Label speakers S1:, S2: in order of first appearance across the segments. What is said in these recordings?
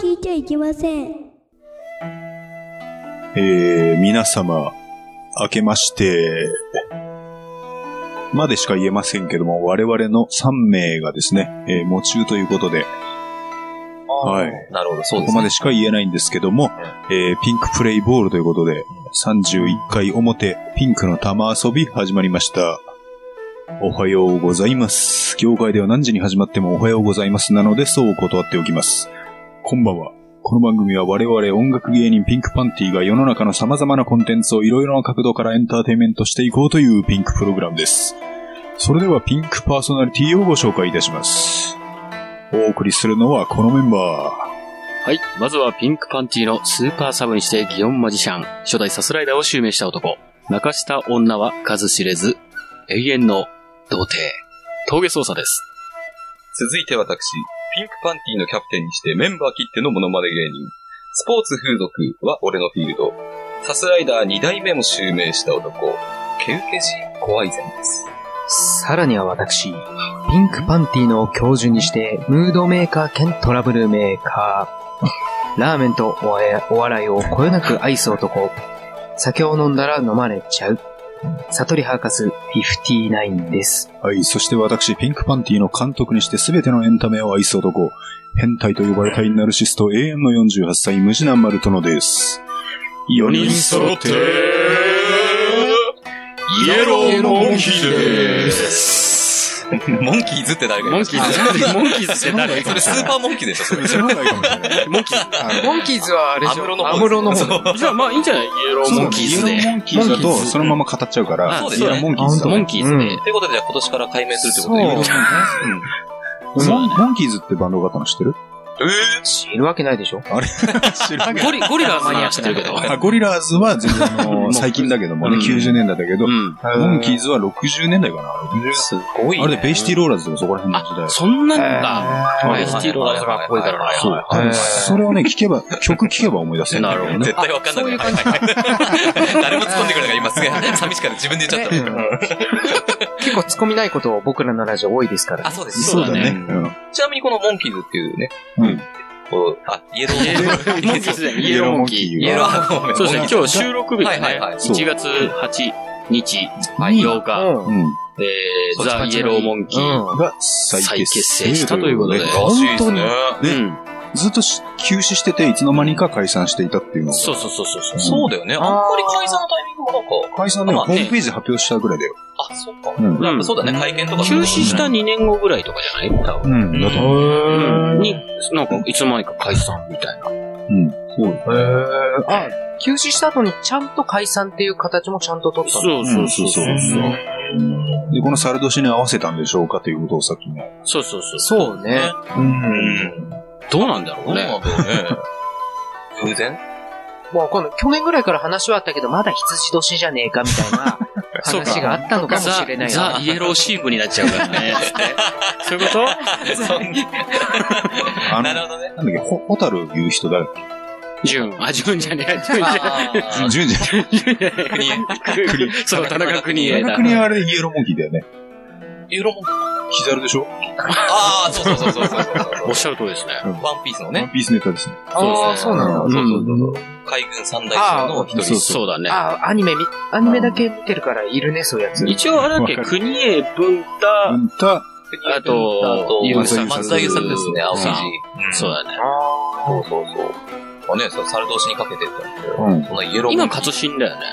S1: 聞いちゃいけません。
S2: えー、皆様、明けまして、までしか言えませんけども、我々の3名がですね、えー、喪中ということで、はい。
S3: なるほど、そ
S2: こ
S3: うで
S2: こ
S3: す
S2: ま
S3: ね。
S2: でしか言えないんですけども、えー、ピンクプレイボールということで、31回表、ピンクの玉遊び始まりました。おはようございます。業界では何時に始まってもおはようございますなので、そう断っておきます。こんばんは。この番組は我々音楽芸人ピンクパンティが世の中の様々なコンテンツをいろいろな角度からエンターテインメントしていこうというピンクプログラムです。それではピンクパーソナリティをご紹介いたします。お送りするのはこのメンバー。
S3: はい。まずはピンクパンティのスーパーサブにしてギオンマジシャン、初代サスライダーを襲名した男、泣かした女は数知れず、永遠の童貞、峠捜査です。
S4: 続いて私、ピンクパンティのキャプテンにしてメンバー切ってのモノマネ芸人。スポーツ風俗は俺のフィールド。サスライダー2代目も襲名した男。ケウケジ怖いぜです。
S5: さらには私、ピンクパンティの教授にして、ムードメーカー兼トラブルメーカー。ラーメンとお笑いお笑いをこよなく愛す男。酒を飲んだら飲まれちゃう。サトリハーカス59です。
S2: はい。そして私、ピンクパンティの監督にして全てのエンタメを愛す男、変態と呼ばれたいナルシスト、永遠の48歳、無地南丸殿です。4人揃って、イエローモンキーです。
S4: モンキーズって誰がい
S3: モンキーズ、モンキーズって誰
S4: それスーパーモンキーでしょ、それ。
S2: 知らないかもしれない。
S3: モンキーズ。
S5: モンキーズはあれ
S4: でしょ安室の方です
S5: 方。
S3: じゃあまあいいんじゃないイエローモンキーズ
S2: イエロー
S3: で。
S2: モンキーズだと、そのまま語っちゃうから、
S3: あ
S4: そうで
S2: い
S4: すね
S2: や、モンキーズだ
S3: モ
S2: ね
S3: ンキーズで。
S4: ということで、じゃあ今年から改名するってことで。
S5: そう
S2: うんモンモンキーズってバンドがあったの知ってる
S5: 知るわけないでしょ。
S2: 知ら
S3: ゴリ、ゴリラーズには知ってるけど。
S2: あ、ゴリラーズは全然あの、最近だけどもね、
S3: うん
S2: 90年代だけど、
S3: うん。
S2: モンキーズは60年代かな。
S3: すごいね
S2: あれでベイシティローラーズとかそこら辺の時代
S3: あ、。そんな
S5: え
S3: ん
S5: ー
S3: だ。
S2: は
S3: ベ
S2: い
S3: イシティローラーズがかっこいいからな。
S2: そう。
S3: は
S2: あ
S5: へ
S2: の
S5: ー
S2: それをね、聞けば、曲聞けば思い出せるんだよ
S3: なるほどね
S4: 絶対わかんなくない。はいはいはい誰も突っ込んでくれないから今すげえ寂しくなって自分で言っちゃっ
S5: 結構突っ込みないことを僕らのラジオ多いですか
S4: た。
S5: ら
S4: あ、。そうです。
S2: そうだね。
S3: そう
S2: うん
S4: ちなみにこのモンキーズっていうね、
S2: うん
S4: こう、あ、イエロー
S3: いモンキーズで、イエローモンキー。
S4: イエローモンキー。
S3: そうですね、今日収録日が
S4: はい
S3: ね
S4: はいは、い
S2: そう
S3: 1月8日、8日、
S5: う。
S2: うんん。
S3: えー
S5: そっち
S3: ザ・
S5: パ
S3: イ
S5: チ
S3: エ
S5: の
S3: ロ
S5: 日
S3: ーモンキー。
S5: うん
S2: が再結成
S3: 再結成したということで
S4: らしいですね。
S3: う
S2: うん
S3: ん。
S2: ずっとし休止してて、いつの間にか解散していたっていうの。
S3: そうそうそうそうそう。
S4: そうだよね。あんまり解散のタイミングもなんか、
S2: 解散ね、
S4: ま
S2: ホ
S4: あね
S2: ームページ発表したぐらいだよ。
S4: あ、そうか。
S2: うん。
S3: うん
S4: そうだね、会見とか。
S3: 休止した2年後ぐらいとかじゃない多
S2: う
S3: 分。
S2: ん。だと思う。
S3: うん
S5: に
S3: に、なんか、いつの間にか解散みたいな。
S2: うん。そう。
S5: へーあ、休止した後にちゃんと解散っていう形もちゃんと取ったの
S3: そうそうそうそう。
S2: で、この猿年に合わせたんでしょうかということをさっきね。
S3: そうそうそう。
S5: そうね。
S2: うん。
S3: どうなんだろ
S4: ど
S3: う
S4: うな
S3: ね。
S4: んだろうね。偶然
S5: もうこの去年ぐらいから話はあったけど、まだ羊年じゃねえかみたいな
S3: そうか
S5: 話があったのかもし
S3: ザ
S5: れな、い
S3: ザ・
S5: な。
S3: イエローシーブになっちゃうからね。つってそういうこと
S4: そん
S2: あの、なん
S4: なる
S2: だっ
S4: ほどね。
S2: け、ほ、ホタル言う人だ。
S3: ジュン。あ、ジュンじゃねえ。ジュンじゃ
S4: あー
S2: ジュンじゃない。
S3: ねえ。そう、田中国枝だ。
S2: 国はあれイエローモンキーだよね。
S4: イエローモンキー
S2: ヒザルでしょ
S4: ああ、そうそうそうそうそうそう。
S3: おっしゃる通りですね。
S4: ワンピースの
S2: ワ
S4: ね
S2: ン、ピースネタですね。
S5: ああ、そうなの。
S3: ん
S4: そうそうそうそう。海軍三大将の一人。
S3: そうだね。
S5: ああ、アニメみ、アニメだけ見てるからいるね、そういうやつ。
S3: 一応、あれだっけ、
S2: わかる
S3: 国へ文太、
S2: うんた、
S3: あと、
S2: 優
S4: あ
S2: 作
S4: と、松田優作ですね、青木。ん
S3: そうだね。
S4: そうそうそう。まあね、その猿年にかけてってなんで
S2: うん。
S4: そのイエローモ
S3: 今、
S4: ンキー。
S3: 活新だよね。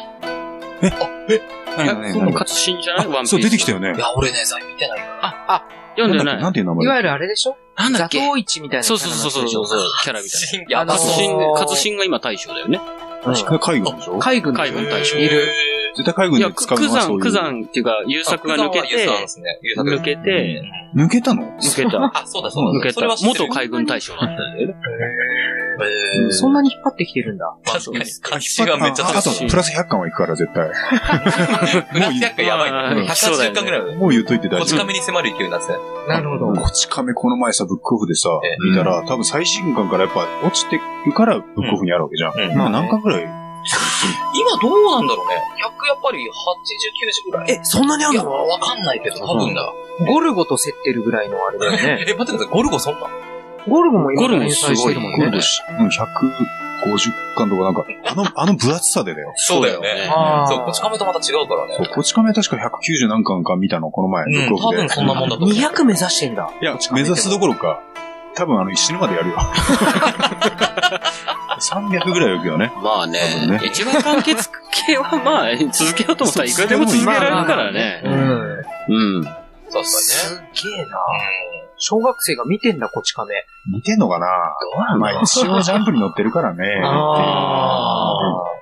S2: 何
S3: 今活新じゃないワンピース。
S2: そう、出てきたよね
S4: い。や、俺ね、最近見てないから。
S3: 読んでな。
S2: ないんていう名
S5: いわ
S2: 前
S5: ゆるあれでしょ
S3: なんだっ
S5: ザ
S3: け
S5: トウイチみたいなキャ
S3: そう
S5: ラ
S3: そ
S5: の
S3: うそ
S5: やつで
S3: う
S5: しょ。
S3: そうそう、キャラみたい
S4: 新
S5: あ
S3: な。
S5: の
S3: 活
S5: ー
S3: 新、活新が今大将だよね。
S5: うん
S2: だ海軍でしょ
S5: 海軍の
S3: 海軍大将。
S5: いる。
S2: 絶対海軍
S3: い
S2: で
S3: や、
S2: 使
S3: く
S2: うのはそ
S3: 山、
S2: う
S3: く
S2: いう。
S3: 山っていうか、優作が抜けて、抜
S4: 抜
S3: けて、
S2: 抜けたの
S3: 抜けた。
S4: あ、そうだそうだ。
S3: 抜け
S4: そ
S3: た
S4: れは。知ってる
S3: 元海軍大将なんだよね。
S4: えー
S5: そんなに引っ張ってきてるんだ。
S4: 確かに、歌詞がめっちゃ
S2: ああ
S4: 高
S2: と
S4: い。、
S2: プラス100巻はいくから、絶対。
S4: もう100回やばいね。
S3: うんそうだよ
S4: 180
S3: ね
S4: 巻ぐらいだね。
S2: もう言っといて大
S4: こち
S2: 丈夫。
S4: 亀に迫る勢いになってたよ
S5: なるほど。
S2: こち亀この前さ、ブックオフでさ、
S4: え
S2: 見たら、多分最新巻からやっぱ落ちてるから、ブックオフにあるわけじゃん。
S4: うん
S2: まあ何巻ぐらい
S4: 今どうなんだろうね。100やっぱり80、90ぐらい。
S5: え、そんなにあ
S4: い
S5: る
S4: や、
S5: の
S4: わかんないけど、多分だ。
S5: ゴルゴと競ってるぐらいのあれだよね。
S4: え、待ってください、ゴルゴそんな
S5: ゴルゴも今、
S3: ゴルゴすごい
S5: 連載してるもん
S2: 今
S5: ね
S2: 度。し、うん、150巻とかなんか、あの、あの分厚さでだよ。
S4: そうだよね
S5: あー
S4: そう、こち亀とまた違うからね。
S2: そう、こち亀確か190何巻か見たの、この前、
S4: うん
S2: ブックオ
S4: 多
S2: フで。
S4: 分そんなもんだと思う。
S5: 200目指してんだ。
S2: いや、目指すどころか、多分あの、死ぬまでや るよ。300ぐらいはいくよね。
S3: まあ
S2: 多分
S3: ね
S2: ね、
S3: 一番完結系はまあ、続けようと思ったらいくらでも続けられるからね。
S5: ん。
S3: うん。
S4: 確かにね。
S5: すっげえな。小学生が見てんだ、こち亀。
S2: 似てんのかなまあ一応ジャンプに乗ってるから ね。
S5: あ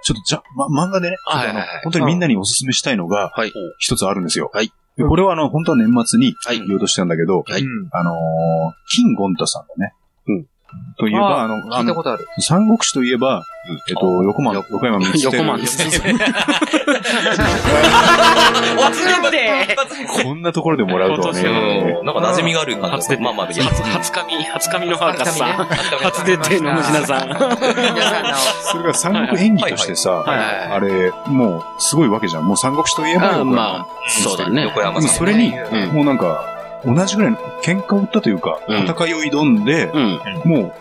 S2: ちょっとじゃ、ま、漫画でね、
S3: は
S2: ち
S3: い
S2: ょっとあ
S3: はいは
S2: の
S3: い
S2: 本当にみんなにお勧めしたいのが、
S3: はい。
S2: 一つあるんですよ。
S3: はい
S2: でこれはあの、本当は年末に
S3: はい
S2: 言おうとしてたんだけど、
S3: はい
S5: うん
S2: あのー、金ゴン太さんのね、
S3: うん
S2: といえば、
S5: あー
S2: あの、
S5: 聞
S2: あ
S5: いた
S2: の
S5: ことある。
S2: 三国志といえば、えっと、横間、横山道輝
S3: 横満ですね。
S2: こんなところでもらうとはね。
S4: うんなんか馴染みがある感
S3: 初
S4: じ。
S3: 出て。
S4: まあまあ、
S3: 初初髪、初髪のハーカスさん。初
S4: 初
S3: 出てのムジナさん。
S5: 皆さんの、
S2: それが三国演技としてさ、
S3: はいはい
S2: あれ、もう、すごいわけじゃん。もう三国志といえば
S3: あ
S2: 横山。
S3: まあ、そうだね。
S4: 横山
S2: でも
S4: さん。
S2: それに、
S3: うん
S2: もうなんか、同じぐらいの喧嘩を打ったというか、
S3: うん
S2: 戦いを挑んで、
S3: うん。
S2: もう、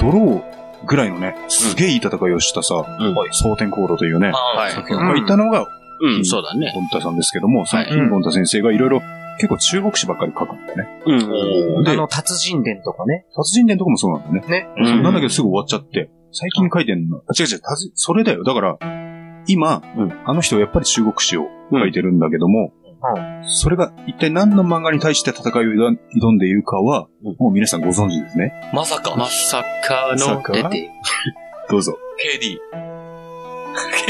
S2: ドローぐらいのね、すげえいい戦いをしたさ、
S3: うん
S2: はい蒼天航路というね、
S4: は
S3: はい
S4: い。
S2: 作品がいたのが、
S3: うん、そうだね。
S2: ゴンタさんですけども、その金ゴンタ先生がいろいろ、結構中国史ばっかり書くんだよね。
S3: うん。
S5: あ
S2: で、
S5: の、達人伝とかね。
S2: 達人伝とかもそうなんだよね。
S3: うん
S2: なんだけどすぐ終わっちゃって、最近書いてんの、あ違う違う、達人それだよ。だから、今、
S3: うん
S2: あの人はやっぱり中国史を書いてるんだけども、
S5: う
S2: それが一体何の漫画に対して戦いを挑挑んでいるかは、もう皆さんご存知ですね。
S4: まさか、
S3: まさか
S2: まさ
S3: の
S2: か、
S3: 出て。
S2: どうぞ。
S4: KD。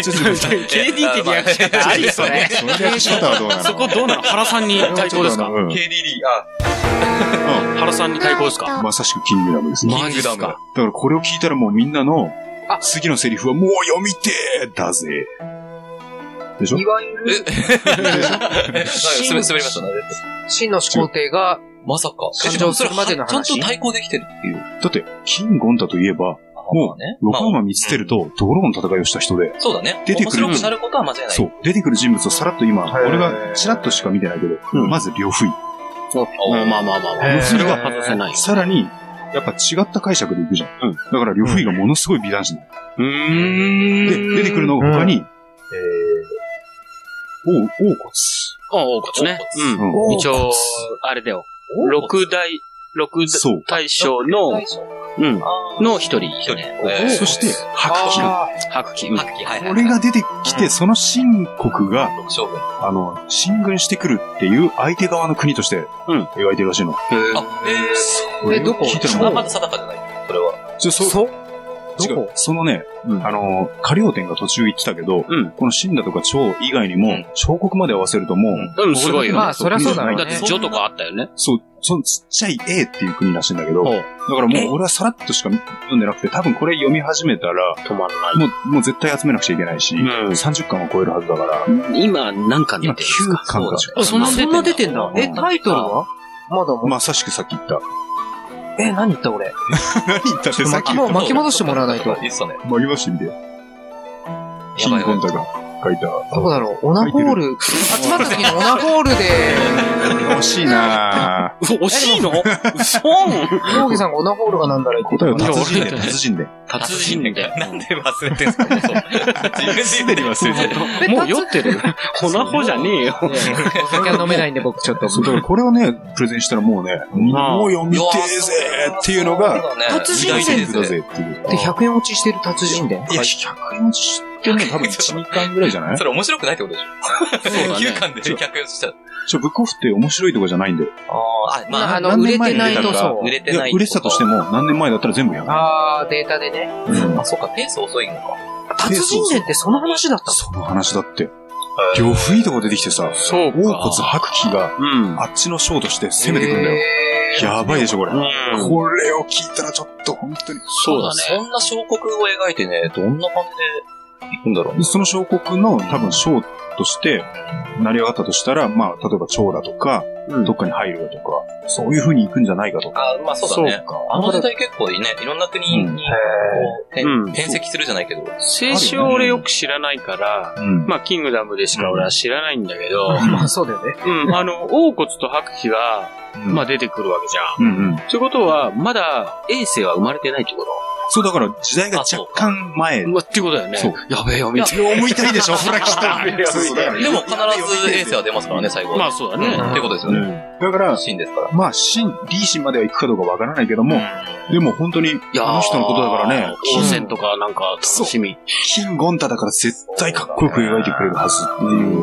S3: ちょっと待って KD 的な役者
S4: まあ
S3: ありそれ。
S2: それで訳し方はどうなの
S3: そこどうなの原さんに対抗です
S2: ちょっ
S3: か
S2: とあのうん
S4: KDD、あ、
S3: 原さんに対抗ですか
S2: まさしくキングダムですね。
S3: マジっす
S4: キングダ
S3: か
S2: だからこれを聞いたらもうみんなの、次のセリフはもう読みてーだぜ。でしょ
S5: いわゆる、
S4: え、滑りましたね。
S5: 真の始皇帝が、
S4: まさか。
S5: 誕生するまでの
S4: ちゃん
S5: 話
S4: と対抗できてるっていう。
S2: だって、キンゴンタといえば、もう、
S4: まあ
S2: 横浜見つてると、ドローン戦いをした人で、
S4: そうだね。
S2: 出てくる
S4: 面白くなることは間違いない。
S2: そう、出てくる人物をさらっと今、
S5: ー
S2: 俺がちらっとしか見てないけど、まず呂不韋。
S3: まあまあまあまあま
S5: へ
S3: あ。
S5: ー
S3: それは外せない。
S2: さらに、やっぱ違った解釈でいくじゃん。だから呂不韋がものすごい美男子なの
S3: うーん。
S2: で、出てくるのが他に、えー、王、王骨。
S3: ああ、こっちね。うん。
S2: うん
S3: 一応、あれだよ。六大、六
S2: そう。
S3: 大将の、うん。の一人。
S4: 一人。
S2: そして、白金。
S5: あ
S3: 白金。
S4: 白旗、はいはい。
S2: これが出てきて、その秦国が、
S4: 六将軍。
S2: あの、進軍してくるっていう相手側の国として、
S3: うん
S2: 描いてるらしいの。
S4: あ、え
S2: これ
S5: どこ
S2: 聞いた
S4: ー、
S2: ら
S4: ま
S2: もう
S4: まだ定かじゃない。それは。
S2: ちょそ
S5: ーそう
S2: 違
S5: ど
S2: う
S5: こ
S2: そのね、あの、下領天が途中言ってたけど、
S3: うん
S2: この神羅とか蝶以外にも、
S4: うん
S2: 彫刻まで合わせるともう、
S4: うん
S3: うん、すごいよ。
S5: まあそりゃそうだろう
S3: だ
S5: ね
S3: って、ジョとかあったよね。
S2: そう、そのちっちゃい A っていう国らしいんだけど、だ
S3: ほ
S2: か
S3: う
S2: らもう俺はさらっとしか読んでなくて、多分これ読み始めたら、
S3: 止まら
S2: もう、もう絶対集めなくちゃいけないし、
S3: ん
S2: 30巻は超えるはずだから、
S3: ない。今、何巻出
S2: 今
S3: て
S2: 9
S3: るんですか
S2: 巻か
S3: あそんな
S5: そんな出てんだ。え、タイトルはまだもう、
S2: まさしくさっき言った。
S5: え、何言った俺。
S2: 何言ったってさっき言
S5: も
S2: っ
S5: う
S2: た。
S5: 巻き戻してもらわないと。ど
S4: いいっすね。
S2: 曲げましてみて。キンコンタが書いた。
S5: こだろうオナホ ール。集まった時にオナホールで、
S2: 惜しいなぁ。
S3: う わ惜しいの嘘
S5: ローゲさんがオナホールがなんだら言っ て
S2: 答え
S5: た
S2: は
S5: から
S2: 達人で、達人で。
S3: 達人で。
S4: なんで忘れてんすか自分で言ってる。
S3: もう酔ってる。 ほなほじゃねえよ。
S5: ねお酒は飲めないんで僕ちょっと。
S2: そう、だからこれをね、プレゼンしたらもうね、もう読みてえぜっていうのが、、
S5: 達人
S2: 大
S5: 伝
S2: 事だ。ぜっていう。
S5: で、100円落ちしてる達人伝。
S2: いや、100円知ってね、多分1、2巻ぐらいじゃない
S4: それ面白くないってことでし
S3: そうだ
S4: ょ ?9
S3: ね。
S4: 巻で100円したら。
S2: ちょ、ブックオフって面白いとかじゃないんで。
S4: あーあ、
S5: まあ、あの、
S2: 何
S5: 売
S2: 年
S5: れ
S2: 前
S5: て
S2: に
S5: ないと
S2: 出たか
S5: そう
S4: 売。れ
S2: い
S4: て
S2: や
S4: ない。、
S2: 売れてたとして
S4: も。
S2: も、何年前だったら全部やる。
S5: あー、データでね。
S2: うん
S4: あ、そうか、ペース遅いのか。
S5: 達人伝ってその話だったの
S2: その話だって。呂不韋とか出てきてさ、
S3: そう
S2: 王骨
S3: か。
S2: 白旗が
S3: うん。
S2: あっちの章として攻めてくんだよ。
S5: へー
S2: やばいでしょ、これ。
S3: うん
S2: これを聞いたらちょっと本当に。
S3: そうだね。
S4: そんな小国を描いてね、どんな感じで行くんだろう。
S2: でその小国の多分章として成り上がったとしたら、まあ、例えば蝶だとか、
S3: うん
S2: どっかに入るだとか、そういう風に行くんじゃないかとか。
S4: あまあそうだね。
S2: か。
S4: あの時代結構ね、いろんな国に、
S2: うん
S4: こう転
S3: うん
S4: 転籍するじゃないけど。
S3: 静止を俺よく知らないから、
S2: うん。
S3: まあ、キングダムでしか俺は知らないんだけど、
S5: まあそうだよね。
S3: うん、あの、王骨と白皮が、
S2: うん
S3: まあ、出てくるわけじゃん。
S2: うんうん。
S3: ということは、まだ、衛星は生まれてないってこ
S2: そう、だから時代が若干前
S3: と。う。わ、っていうことだよね。
S2: そう。
S3: やべえよ、みたい
S2: 思いたいでしょそら来た。そうだよね
S4: でも必ず 衛星は出ますからね、最後
S3: な。ま
S4: は。
S3: あ、そうだ
S4: うんっ
S3: ね。
S4: てことですよ
S2: う
S4: ね。
S2: んだから、
S4: シーンですから。
S2: まあ、真、リーシンまでは行くかどうかわからないけども、でも本当に、
S3: いやー
S2: あの人のことだからね、
S3: 光線とかなんか楽しみ。
S2: 金ゴンタだから絶対かっこよく描いてくれるはずっていう。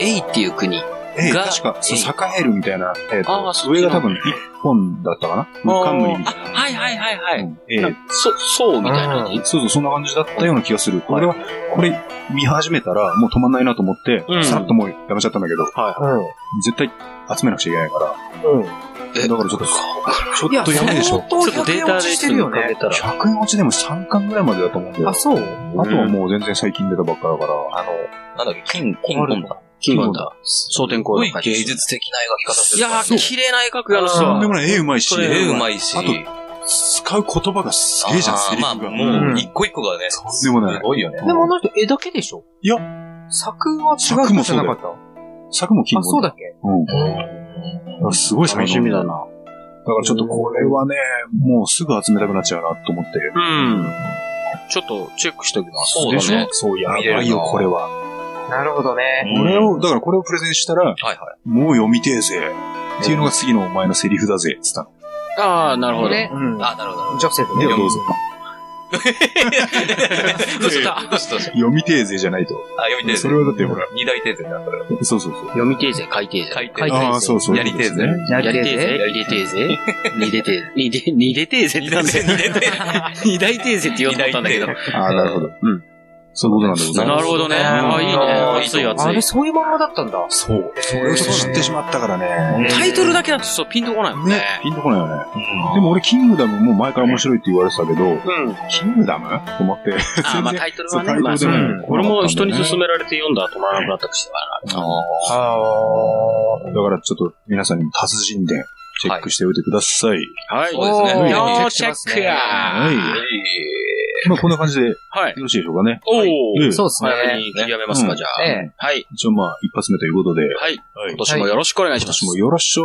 S3: エイっていう国。
S2: ええ、
S3: が
S2: 確か、そう
S3: え
S2: 栄
S3: え
S2: えるみたいな、えっ
S3: あ
S2: と
S3: あそ、っち
S2: 上
S3: の
S2: が多分一本だったかな冠みたいな。
S3: はいはいはいは
S2: う
S3: い。
S2: んええ
S3: なんかそ、そうみたいな感じ
S2: そうそう、そんな感じだったような気がする。俺は、これ見始めたらもう止まんないなと思って
S3: う、ん
S2: さらっともうやめちゃったんだけど、絶対集めなくちゃいけないから。
S5: うん。うん。
S3: え
S2: だからちょっと、ち
S5: い
S2: ょ
S5: や、
S2: っとやめでしょ。
S5: 相
S3: ち
S5: 当
S3: ょっとデータで
S5: してるよ
S3: ちょっと見
S5: ね
S3: か。けたら
S2: 100円落ちでも3巻ぐらいまでだと思うんだよ。
S5: あ、
S2: あ
S5: そう
S2: とはもう全然最近出たばっかだから。
S4: あの、なんだっけ、金、金本だ。
S3: キングダム。蒼天公
S4: すごい芸術的な描き方す
S3: い
S4: る
S3: や
S4: からね。
S3: ー、綺麗な絵描くやろ、
S5: う
S2: とん
S3: そ
S2: でもない、絵うまいし。
S3: それ
S4: 絵う
S2: い。
S4: まいし。
S2: あと使う言葉がすげえじゃん、
S4: あー
S2: セリフ
S4: ま
S2: が。
S4: あ、も
S5: う
S4: うん一個一個がね、す
S2: とんでもない。
S4: ごいよね。
S5: でもあの人絵だけでしょ
S2: いや。
S5: 作は違う人じゃなかった。
S2: 作も金
S5: あ、そう
S2: 本
S5: だ
S2: だ。
S5: っけ
S2: うん。すごい才能
S3: 楽しみだ。な。
S2: だからちょっとこれはね、もうすぐ集めたくなっちゃうなと思って。
S3: うん。ちょっとチェックしておきます。
S4: そう
S2: で
S4: だ
S2: しょ
S4: ね。
S2: そう、やば
S4: 見れるない
S2: よ、これは。
S5: なるほどね。
S2: これを、だからこれをプレゼンしたら、
S4: はいはい。
S2: もう読みてえぜ。っていうのが次のお前のセリフだぜ、つったの。
S3: ああ、なるほど。
S5: ね。うん。
S4: あ、なるほど。
S5: ジョセフ
S2: で
S5: ね
S2: は。どうぞ。
S4: どうしたどうしたどうした
S2: 読みてえぜじゃないと。
S4: あ、読みてえぜ
S2: それはだってほら。
S4: 二大定然だ、それは。
S2: そうそうそう。
S3: 読みてえぜ、書いてえぜ。
S4: 書いて
S3: 書
S4: えぜ
S2: ああ、そうそう。
S4: やりてえぜ
S2: ね。
S5: や
S3: やりてえぜ、入れてえぜ、にでてえ、にで、にでてえぜってなんだよ。二大てえぜって言おうと思ったんだけど。な
S2: ああ、なるほど。
S3: うん。
S2: そういうことなんでございま
S3: る
S2: す。
S3: ほどね。あ、いいね。熱い熱
S5: あれ、
S3: い。
S5: そういう漫画だったんだ。
S2: そう。それをちょっと知ってしまったからね。
S3: タイトルだけだとそう、ピンとこないもん
S2: ね
S3: ね。、
S2: ピンとこないよね。でも俺、キングダムも前から面白いって言われてたけど、
S3: うん。
S2: キングダムと思って。
S3: あ、まあタイトルはね、まあそう。俺も人に勧められて読んだ後まらなくなったくしてから。
S2: ああ。だからちょっと皆さんにも達人伝、チェックしておいてください。
S3: は
S4: そうですね。
S5: お
S3: 要
S5: ー
S3: チェックや
S2: は。
S3: はい
S2: まあこんな感じでよ
S3: はい。
S2: ろしいでしょうかね。
S3: おー。
S5: そうですね。
S3: 早めに切り上げますか、じゃあ。
S5: ええ。
S3: はい。
S2: 一応まあ一発目ということで、
S3: はい。今
S2: 今
S3: 年もよろしくお願いします
S2: 年。もよろしく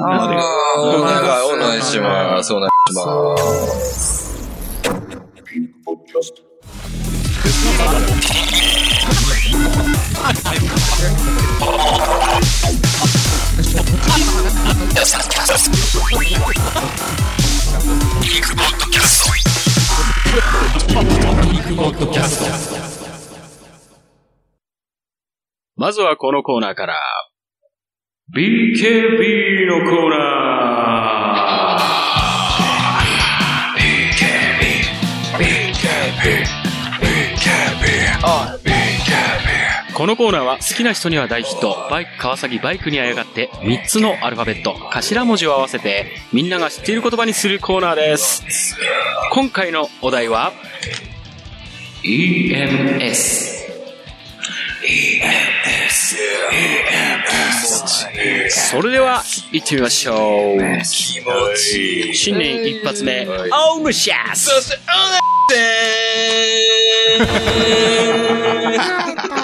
S2: まで。
S4: お願い、お願いします。お願いします。
S3: まずはこのコーナーから。BKB のコーナー BKB このコーナーは好きな人には大ヒット、バイク、川崎、バイクにあやがって、3つのアルファベット、頭文字を合わせて、みんなが知っている言葉にするコーナーです。今回のお題は、EMS。それでは行ってみましょう新年一発目オームシャス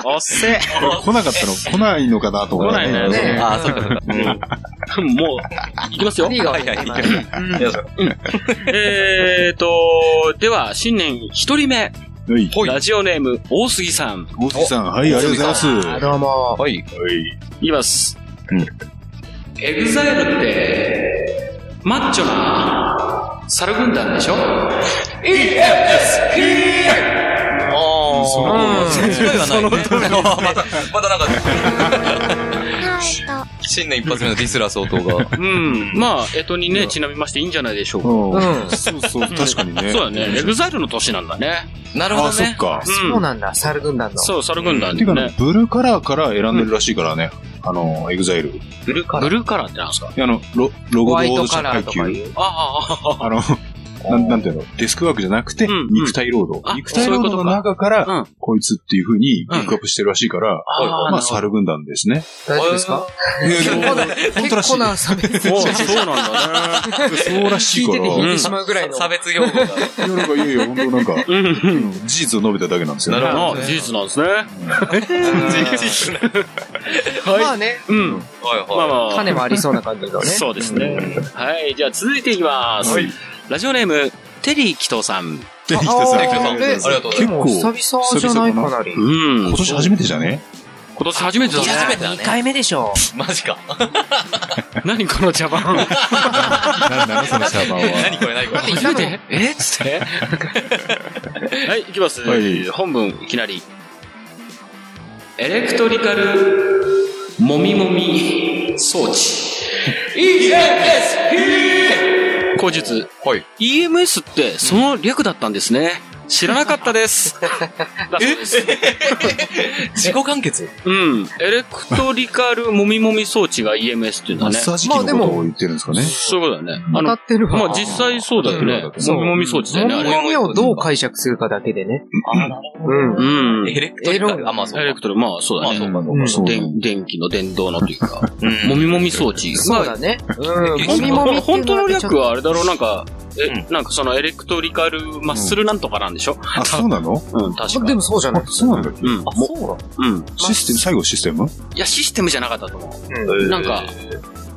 S3: おっせ
S2: 来なかったの来ないのかなと思って。
S3: 来ないね
S5: ね
S4: あ、そうかそうか。
S3: もう行きますよ
S5: いいが
S4: はいはい、いける。よいしょ
S3: えーとでは新年一人目
S2: はい。
S3: ラジオネーム大杉さん
S2: 大杉さん、はい、ありがとうございます。
S5: あ
S2: は
S5: どうも。
S4: はい。
S2: い。
S3: いきます
S2: うん
S3: エグザイルってマッチョな猿軍団でしょ
S4: あ
S2: その
S4: その通りはないね。また、またなんか、新年一発目のディスラ相当が。
S3: うん。まあ、えとにね、ちなみましていいんじゃないでしょうか。
S2: う。
S5: うんん。
S2: そうそう、確かにね。
S3: そうだね。エグザイルの年なんだね。
S4: なるほ
S2: あ、
S4: ど
S2: そっ
S4: ね。
S2: か。
S3: ん
S5: そうなんだ、猿軍団の。
S3: そう、猿軍団
S2: ていうか
S3: ね
S2: ね。、ブルーカラーから選んでるらしいからね。あの、エグザイル。い
S3: ブルーカラーってなんですか
S2: やあの、ロ、ロ
S5: ホ
S2: ゴ
S5: ワイ
S2: ボー
S5: ト
S2: ド
S5: カ
S2: 社
S5: ラ
S2: 会
S5: ーとかい
S2: 級。
S5: う。
S3: ああ、
S2: あの、なん、なんていうの、デスクワークじゃなくて
S3: うんうん、
S2: 肉体労働。
S3: あ
S2: 肉体労働
S3: そういうこと
S2: の
S3: か
S2: 中か
S3: う
S2: ら、
S3: ん。
S2: こいつっていう風にピックアップしてるらしいから、
S3: あー
S2: まあ、猿軍団ですね。
S5: 大丈夫ですか
S2: いや、で
S5: 結
S2: も
S5: 構な、
S2: 本当らしい
S5: 結構な差別。
S3: おーそうなんだね。
S2: そうらし
S5: 聞
S2: い
S5: い
S2: か
S5: て
S2: ら、
S5: て
S2: い
S5: 引い
S2: や
S5: てしまうぐらいの。
S4: 差別用語だ。
S2: なんか、いやいや、本当なんか、
S3: うんうん。
S2: 事実を述べただけなんですよね。
S4: なるほ
S3: あ、事実なんですね。
S4: 実な。
S5: まあね、
S3: うん。
S4: はい
S3: まあ
S4: は
S3: まあ。
S5: 種もありそうな感じのね。
S3: そうですね。はい。じゃあ続いていきます。
S2: はい
S3: ラジオネーム、テリー紀藤さん。
S2: 出てき
S5: あ
S2: た
S5: ー
S2: さ、
S4: ありがとうござ
S5: で
S4: い
S5: も
S2: ます結構
S5: 久々じゃないかなり。
S3: うん。
S2: 今
S3: 今
S2: 年初めてじゃね
S3: 年初めてだ
S4: 今
S3: ね。
S4: 年初めてだね
S5: 2回目でしょ。
S4: い。マジか。
S3: 何この茶番。
S2: な、なのそのシャーバーは。
S4: 何これ何これ。
S3: 初めてえっつって。 はい、いきます。
S2: はい
S3: 本文、いきなり。エレクトリカル、もみもみ装置。EMS! 口述。
S4: はい。
S3: EMS って、その略だったんですね。知らなかったです。 だそうです。
S4: 自己完結
S3: うん。エレクトリカルもみもみ装置が EMS っていうん
S2: マ
S3: だ
S2: ッ
S3: ね。
S2: サージ機のことを言ってるんですかね。
S3: そういうことだよね。あ
S5: 当た
S3: の、
S5: ってる
S3: ま
S5: わ。
S3: あ実際そうだよね。
S5: そう
S3: もみもみ装置だよね、あ
S5: もみ
S3: れ。
S5: もみをどう解釈するかだけでね。うん。
S3: うん。
S4: エ
S3: エ
S4: レクトリカル。あ、まあそう
S3: レクトリ、まあそうだね。
S4: まあそうか
S5: うん
S2: そう
S3: 電電気の電動のというか、もみもみ装置。
S5: そうだね。うん。
S3: まあ
S5: もみもみってい
S3: 本
S5: うの
S3: 当
S5: は
S3: の
S5: ねちょっ
S3: 略
S5: と
S3: はあれだろう、なんか、
S4: う
S3: え、なんかそのエレクトリカルマッスルなんとかなんでしょ
S2: あ、そうなの
S3: うん、確
S5: で
S3: か。
S5: もそうじゃない。
S2: そうなんだ。
S3: うん、
S4: あ、そうなの
S3: うん。
S2: システム、最後システム
S3: いや、システムじゃなかったと思
S5: うん
S3: う。なんか、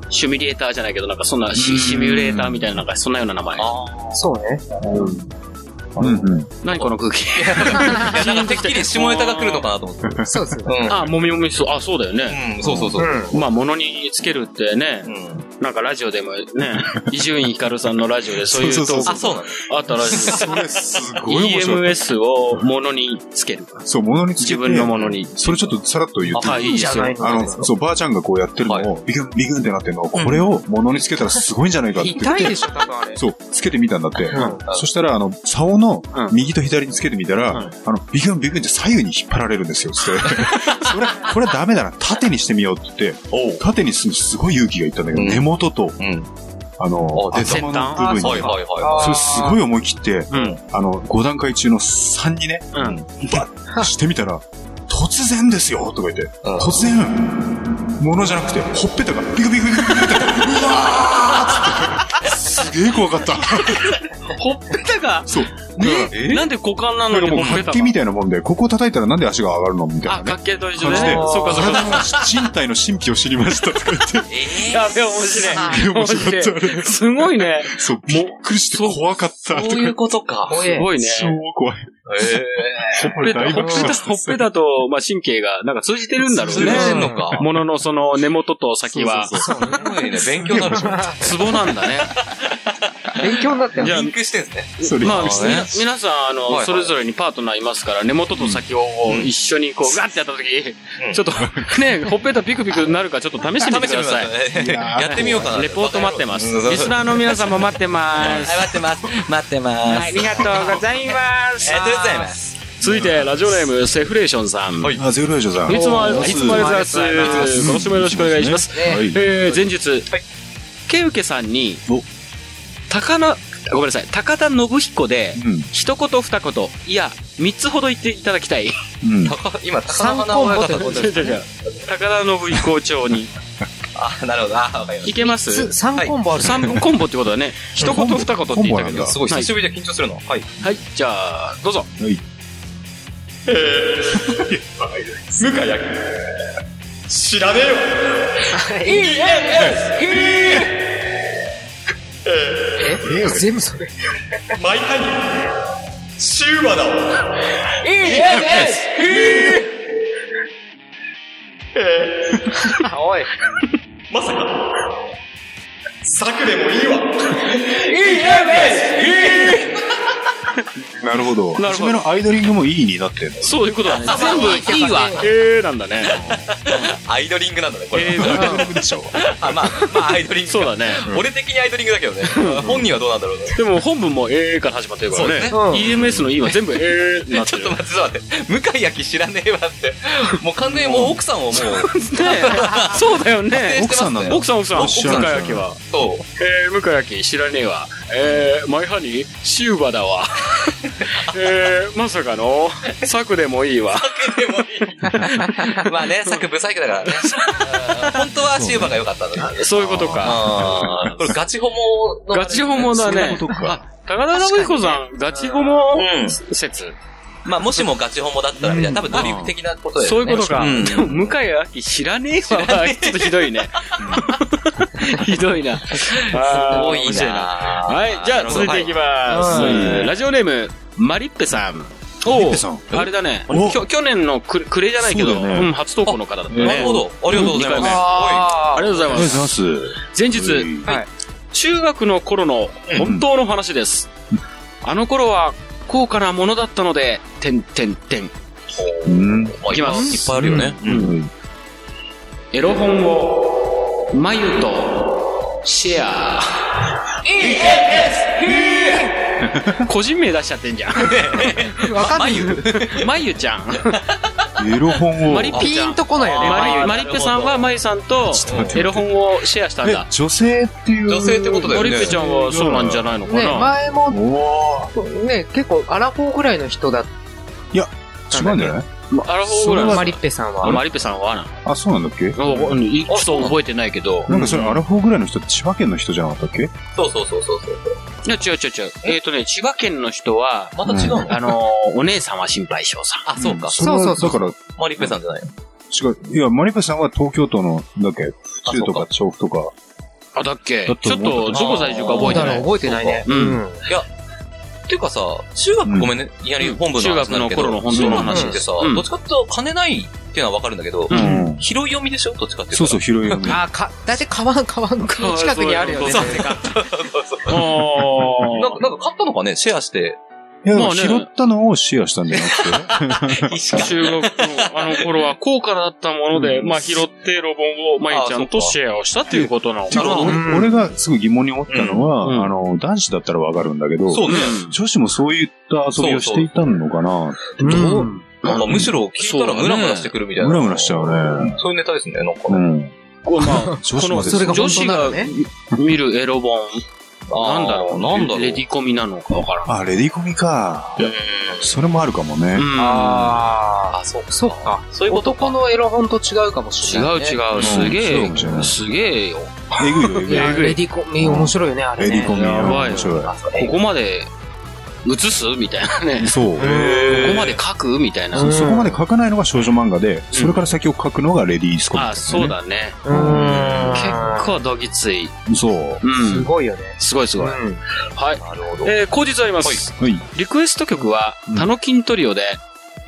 S3: シミュレーターじゃないけど、なんかそんな、シシミュレーターみたいな、なんかそんなような名前。
S5: そうね。
S2: うんうん。
S3: 何この空 気。
S4: いや、なんかてっきり下ネタが来るのかなと思って。
S5: そうですね。
S4: う
S3: あ、もみもみそう、あ、そうだよね。
S4: ん。うん、そうそうそう。
S3: まあ、物につけるってね、
S4: うん。
S3: なんかラジオでもね、伊集院光さんのラジオでそうい う
S2: そう
S3: ト
S2: そうそ
S3: ー
S4: あ、
S2: う
S4: そうなの
S3: クあったらしいです
S2: それすごい面白い。
S3: EMS を物につける。
S2: そう、物につけて
S3: 自分のものに。
S2: それちょっとさらっと言って
S3: あ、はい、いいですよ。
S5: いいんじゃ
S2: あ
S5: ない
S2: の、そう、ばあちゃんがこうやってるのを、ビグン、ビグンってなってるのを、これを物につけたらすごいんじゃないかって言っ
S5: 痛い
S2: て、
S5: でしょ、多分あれ。
S2: そう、つけてみたんだって。
S5: うん
S2: そしたら、あの、竿の
S3: うん
S2: 右と左につけてみたら、
S3: うん
S2: あの、ビグンビグンって左右に引っ張られるんですよ、つって。それ、これはダメだな、縦にしてみようって言って、
S4: おう。
S2: 縦にするすごい勇気がいったんだけど、
S4: うん
S2: 根元と、
S4: うん。
S2: あの、
S4: あ出た
S2: 頭の部分に
S4: はい、
S3: 先
S4: はいは
S2: それすごい思い切って、
S3: うん。
S2: あの、5段階中の3にね、
S3: うん。
S2: バッしてみたら、突然ですよとか言って、
S4: うん
S2: 突然、ものじゃなくて、ほっぺたがビクビクビクビクって、うわーっつって、すげえ怖かった。
S3: ほっぺたが、
S2: そう。
S3: ね、なんで股間な
S2: な
S3: の
S2: んか
S3: に
S2: もう
S3: ほっぺ
S2: 楽
S3: た
S2: 器
S3: が
S2: み。たいなもんで、ここ叩いたらなんで足が上がるのみた
S3: あ、
S2: いなね。
S3: 楽器と一緒で
S2: 感じ
S3: ね。
S2: で
S3: そうか、そう
S2: 体
S3: か。
S2: の人体の神秘を知りましたとか言って、
S4: い。え
S3: や べえ、面白い。
S2: すげえ面白かったあれ。
S3: すごいね。
S2: そう、びっくりして怖かったとか
S4: そう
S2: 言
S4: い
S2: っ
S4: うことか。
S5: 怖
S3: す
S5: え。
S3: ごい
S2: て。
S3: ね。
S2: 超怖い。
S4: え
S2: ほっ
S3: ほっぺた、ほっぺた、ほっぺたと、まあ、神経が、なんか通じてるんだ
S4: え。
S3: ろう
S4: 通じ
S3: ね。
S4: てんのか。
S3: もののその根元と先は、
S4: すごいね。勉強になるじゃん。
S3: ツボなんだね。
S5: 勉強になった
S3: い
S5: よね。
S3: や
S4: リンクしてんすね。
S2: それ、
S3: まあ、み
S4: そうね
S3: な皆さん、あの、
S4: はいはい
S3: それぞれにパートナーいますから、根元と先をこう
S4: うん
S3: 一緒にこう、ガッてやったとき、
S4: ん
S3: ちょっと、ね、ほっぺたピクピクになるか、ちょっと試してみてください。
S4: 試してみてください。 やってみようかな。
S3: レポート待ってます。
S4: うん
S3: リスナーの皆さんも待ってま
S4: はい、
S3: す。
S4: 待ってます。待ってます。
S3: ありがとうございます
S4: あり。がとうございます。
S3: 続いて、ラジオネーム、セフレーションさん。
S4: はいい
S2: あ、ゼロライジョさん。
S3: つもあり、
S2: おー
S3: いつもありがとうございます。
S5: ありがとうございます
S3: 今年もよろしくお願いします。
S5: ね
S2: はい
S3: えー前日、ケウケさんに
S2: お、
S3: 高な、ごめんなさい、高田信彦で、
S2: うん。
S3: 一言二言、いや、三つほど言っていただきた い。
S2: うん。
S4: 高今、高田花親方と。
S3: 高田信彦校長に。
S4: あ、なるほど。あ、わかりま
S3: い
S4: し
S3: けます
S5: 3コンボある。
S3: 三分コンボってことだね。一言二言って言ったけど。
S4: た。すごい、
S3: はい
S4: 久しぶりで緊張するの。はい。
S3: はい、じゃあ、どうぞ。
S2: はい。
S4: 向かや知らねえよ
S5: え全部それ。
S4: マイハニーシューマだ
S5: おい。
S4: まさかサクでもいいわ
S2: なるほど。
S3: なるほ
S2: 初
S3: ど
S2: めのアイドリングもいいになってんの。
S3: そういうことだね。全部
S1: いいわ
S3: えーなんだね。
S4: アイドリングなんだね、これ。
S3: えー
S2: アイドリングでしょ。
S4: あ、まあ、まあ、アイドリング
S3: そうだね。
S4: 俺的にアイドリングだけどね。本人はどうなんだろうね。
S3: でも本文もえーから始まってるからね。
S5: そうですね
S3: EMS の E は全部えーになっ
S4: ち
S3: て
S4: ょっ
S3: る
S4: と。待って、ちょっと待って。向井明知らねえわって。もう完全にもう奥さんをもう、
S3: ねえ そうだよね。
S2: 奥さんなんだ。
S3: 奥さん奥さん。
S2: 奥さん
S3: 向井明は。
S4: そう。
S3: えー、向井明知らねえわ。えー、マイハニー、シューバだわ。 えー、まさかの、策でもいいわ。
S4: でもいい。まあね、作不細工だからね。あー 本当はシューバが良かったんだね。
S3: そういうことか。
S4: あーこれガチホモの。
S3: ガチホモだね
S2: そういうこと。か
S3: あ高田信彦さん、ガチホモ
S4: うん
S3: 説。
S4: まあ、もしもガチホモだったらみたいな。多分ドリフ的なことだよね。
S3: そういうことか。
S4: ん
S3: でも、向井明知らねえわは、ちょっとひどいね。ひどいな。 す
S4: すごい
S3: な。
S4: な
S3: はい、じゃあ続いていきます。
S5: はい
S3: うんラジオネーム、マリッペさん。お
S2: ペさん
S3: あれだね。
S2: お
S3: きょ去年のくくれじゃないけど、
S2: そうだよね
S3: うん初投稿の方だったね。
S4: なるほど。ありがとうございます。
S3: ありがとうござい
S2: あ
S3: ま。
S2: りがとうございますす。
S3: 前日、
S5: はい
S3: 中学の頃の本当の話です。あの頃は高価なものだったので、てんてんてん。
S2: うん。
S4: おい
S3: いきます
S4: いっぱいあるよね。
S2: うん。
S3: エロ本を、まゆと、シェア。個人名出しちゃってんじゃん。
S5: わかんない。
S3: まゆちゃん。
S2: エロ本を。
S3: マリ
S5: ピーンとこないよね、
S4: あー
S5: 眉
S3: マ
S4: あ
S3: リマリッペさんはまゆさんとエロ本をシェアしたん
S2: え
S3: だ。
S2: 女性っていう。
S4: 女性ってことだ
S3: マ
S4: よね
S3: リッペちゃんはそうなんじゃないのか
S5: ね、
S3: な。
S5: 前も、
S2: おー
S5: ね、結構、アラフォーぐらいの人だっ
S2: 違うんじゃない
S3: アラフォーぐらい
S5: た、マ
S3: の。
S5: リッペさん
S3: あ
S5: は。
S3: マリッペさんはな
S2: あ、そうなんだっけ
S3: の。うんちょっと覚えてないけど。
S2: なんかそれアラフォーぐらいの人って千葉県の人じゃなかったっけ
S4: そうそうそうそうそう。
S3: いや、違う違う違う。えっとね、千葉県の人は、
S4: また違うの
S3: あのー、お姉さんは心配性さん。
S4: あ、そうか。
S2: それは
S5: そうそう
S2: だから
S4: マリッペさんじゃない
S2: 違う。いや、マリペさんは東京都の、だっけ
S4: あ
S2: 中と
S4: そう
S2: か調布とか。
S3: あ、だっけ
S2: だと
S3: ちょっ
S2: 思う
S3: と、どこ在住か覚えてな
S5: だろ。
S3: いう
S5: 覚えてないね。
S3: うん
S5: うん。
S4: っていうかさ、中学、
S2: うん
S4: ごめんね、いきなり本部の話になるけど、
S3: 中学の頃の本部の
S5: 話
S4: 中学ってさ、
S3: うん
S4: どっちかっていうと金ないっていうのはわかるんだけど、
S3: うん
S2: うん
S4: 拾い読みでしょどっちかっていう
S2: そ
S4: と。
S2: うそう、広い読み。
S5: あー、か、だいたい川、川の
S3: 川
S5: 近くにあるよね。
S3: そう
S5: なぜか
S4: そうそうそう。
S3: あ
S4: なんか、なんか買ったのかねシェアして。
S2: いや、で
S3: ま
S2: も
S3: あね
S2: 拾ったのをシェアしたんじゃなくて。
S3: ー中学のあの頃は高価だったもので、まあ拾ってロボンをまゆちゃんとシェアをしたっていうことなの
S2: て
S3: か
S2: か
S4: なるほど
S2: 俺
S5: うん
S2: 俺がすごい疑問に思ったのは、
S3: うん
S2: あの、男子だったらわかるんだけど、
S4: そうね。
S2: 女子もそういった遊びをしていたのかな
S5: う
S4: ど
S5: ん。
S4: なんかむしろ聞いたらムラムラしてくるみたいな。
S2: ムラムラしちゃうね。
S4: そういうネタですね、なんか。
S2: うん。
S3: まあ、
S2: 女子まで
S5: それが
S3: 女
S5: 本
S3: 子
S5: 当な
S3: が
S5: のね。
S3: 見るエロ本、
S4: あー
S3: なんだろう、
S4: なんだろう。
S3: レディコミなのかわからん。
S2: あ、レディコミか。それもあるかもね。
S5: あ
S4: あ、そうか。
S5: ー。そっか。
S4: そういうことか
S5: 男。のエロ本と違うかもし
S3: 違
S5: れな
S3: う
S5: いね。
S3: 違う、
S2: ん
S3: すげ
S2: そうかもしれな
S3: え、
S2: い
S3: すげえよ。
S2: えぐいよ、えぐい
S5: いや
S3: えぐい
S5: レディコミ面白いよね、あれ
S2: レ
S5: ね。
S2: ディコミ
S3: やばい
S2: 面白
S5: あそうね
S3: ここまで映すみたいなね
S2: い。。そう。
S3: ここまで書くみたいな
S5: う。ん
S2: そこまで書かないのが少女漫画で、それから先を書くのがレディースコミッ
S3: あ、
S2: ク
S3: そう
S2: だよ
S3: だね。
S5: うーん。
S3: 結構どぎつい。
S2: ね。そう。
S3: う
S5: す
S3: ん。
S5: ごいよね。
S3: すごいすごい。
S5: うん
S3: はい。
S4: なるほど。
S3: えー、後日あります。
S2: はい。
S3: リクエスト曲は
S2: う、ん
S3: タノキントリオで、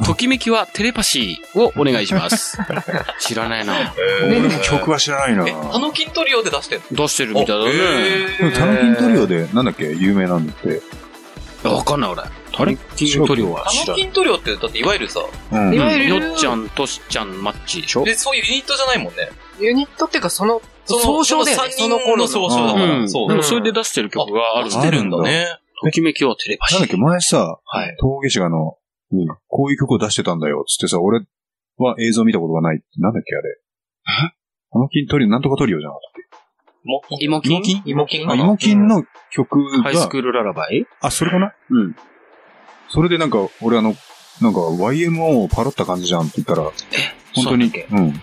S3: ときめきはテレパシーをお願いします。知らないな。
S2: 俺も曲は知らないな。
S4: え、あの筋トリオで出してんの
S3: 出してるみたいだね。
S2: でもタノキントリオで、なんだっけ、有名なんだって。
S3: わかんない俺。タノキントリオは
S4: あ
S3: 知ら
S4: の
S3: ない。
S4: 筋トリオって、だっていわゆるさ、
S2: うん
S5: いわゆる
S3: よっちゃん、としちゃん、マッチでしょ
S4: で、そういうユニットじゃないもんね。
S5: ユニットっていうか、その、
S4: その
S5: 総称で、
S4: その
S5: そ
S4: 三
S5: の
S4: 人
S5: 頃
S4: の
S5: の。
S4: 総称だから。
S3: うん。
S4: そう
S3: で。もそれで出してる曲があ
S4: 出
S3: るん
S4: し
S3: だ
S4: てるんだね。
S3: ときめきはテレパシ
S2: なんだっけ、
S3: ー。
S2: 前さ、
S3: はい
S2: 峠氏があの、うんこういう曲を出してたんだよ、つってさ、俺は映像見たことがないって、なんだっけ、あれ。えあの金トリオ、なんとかトリオじゃなか
S4: 芋
S3: イモキン
S4: 金芋
S2: っ
S4: 金
S2: た
S4: か
S2: っけ
S4: な
S2: あ、芋金の曲
S3: ハイス
S2: が、
S3: クールララバイ
S2: あ、それかな
S3: うん。
S2: それでなんか、俺あの、なんか YMO をパロった感じじゃんって言ったら、本当に、うん。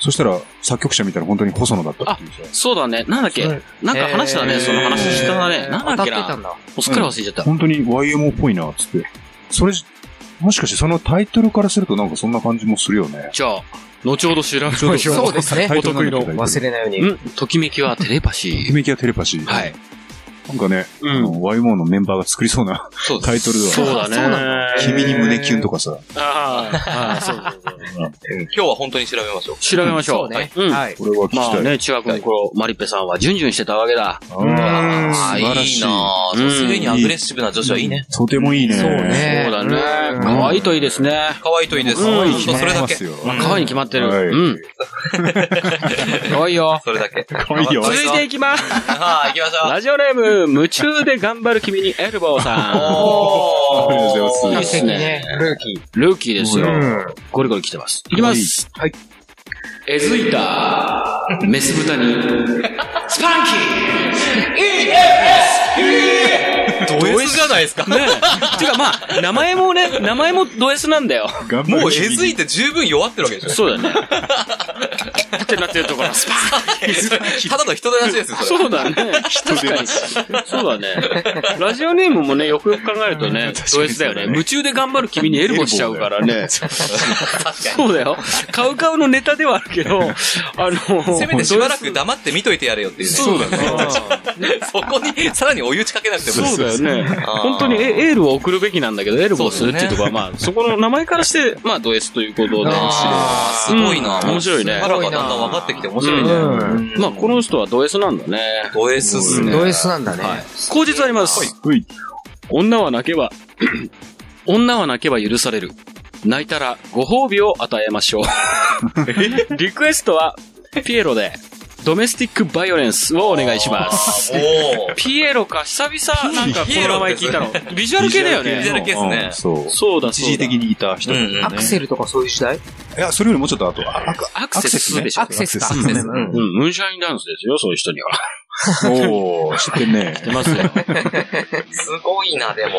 S2: そしたら、作曲者みたいな本当に細野だったっていうさ。
S3: そうだね。なんだっけなんか話した
S5: え
S3: ね、
S5: ー
S3: その話したね。なんだっけ
S5: 当たっ
S3: な
S5: てた
S3: も
S5: んだ。
S3: うすっかり忘れちゃった。
S2: 本当に YMO っぽいな、つって。それ、もしかしてそのタイトルからするとなんかそんな感じもするよね。
S3: じゃあ、後ほど調べましょう。
S5: そうですね
S2: タイトルなんだっけ
S5: 忘れないように。
S3: うん。ときめきはテレパシ
S2: ひ
S3: ー。
S2: めきはテレパシー。
S3: はい。
S2: なんかね、
S3: う
S2: あの、YMO のメンバーが作りそうな
S4: そうです。
S2: タイトルで
S3: そう
S2: は、
S3: だね。
S5: そうなんだ
S2: 君に胸キュンとかさ、
S3: ああああ、そうそうそう。
S4: うん今日は本当に調べましょう。
S3: 調べましょう。
S5: そうね。
S3: うん。
S5: はい。
S2: これは聞き
S3: ま
S2: た
S3: あ
S2: い。
S3: ね、中学の頃、マリッペさんはジュンジュンしてたわけ
S2: あ
S3: だ。
S2: ー
S5: うん
S2: 素
S4: あー
S2: 晴らしい
S4: いい。なぁ。
S3: うん
S4: そういうにアグレッシブな女子はいいね。
S2: とてもいいね。
S5: そうね。
S3: そうだね。可愛いといいですね。
S4: 可愛いといいです。
S3: うん
S4: ほ
S3: 愛
S4: んとそれだけ。
S2: 決まってます
S3: まあ
S2: よ
S3: 可愛いに決まってる。
S2: はい
S3: うん。可愛い よ。
S4: それだけ。
S2: 可愛いよ
S4: あ
S3: 続いていきます。
S4: あー、行きましょう。
S3: ラジオネーム、夢中で頑張る君にエルボーさ
S4: お
S2: ありがとうござい
S5: い
S2: ま
S5: い
S2: す
S5: 席ね。ルーキ
S3: ん。ルーキーですよ
S5: ー。。うん。
S3: ゴリゴリ来てます。いきます。
S5: はい。
S3: えずいた、メス豚に、スパンキード S じゃないですか。ねえ。 てかまあ、名前もね、名前もド S なんだよ。
S2: 頑張
S4: もう
S2: る
S4: えずいて十分弱ってるわけ でしょ。
S3: そうだね。ってなってるところ、スパ
S4: ただの人手出しですよ、
S3: ン
S4: それ。
S3: そうだね。確かに。そうだね。 ラジオネームもね、よくよく考えると ね、ド S だよね。夢中で頑張る君にエルボしちゃうからね。 そうだよ。カウカウのネタではあるけど、あ の、
S4: せめてしばらく黙って見といてやれよっていうね。
S3: そうだね。
S4: そこに、さらにお湯打ちかけなくてもいい
S3: そうだよね。
S4: あー
S3: 本当にエエールを送るべきなんだけど、エールをするっていうところは、まあ、そこの名前からして、まあ、ド S ということで。
S4: あーすごいな
S3: うん面白いね
S4: カラがだんだん分かってきて面白いね。
S5: うん。
S3: まあ、この人はド S なんだね。
S4: ド S っすね。
S5: ド S なんだね。
S3: 口実あります。
S2: うい
S3: 女は泣けば、 女は泣けば許される。泣いたらご褒美を与え ましょう。リクエストは、ピエロで、ドメスティックバイオレンスをお願いします。
S4: おー。
S3: ピエロか、久々なんかこの名前聞いたの。ビジュアル系だよ
S4: ビジュア
S3: ね。
S4: ル系っすね
S2: うんそう。
S3: そうだ、
S2: 一
S3: そう
S2: 時
S3: だ
S2: 的。にいた人。
S4: うん
S2: い
S4: うん
S5: アクセルとかそういう時代
S2: や、それよりもうちょっと後。ああ
S3: アクセスでしょ
S5: アクセスか。
S2: アクセス
S5: うん
S3: うん、ムーンシャインダンスですよ、そういう人には。
S2: おー、知ってんね。
S3: 出ますよ。
S4: すごいな、でも。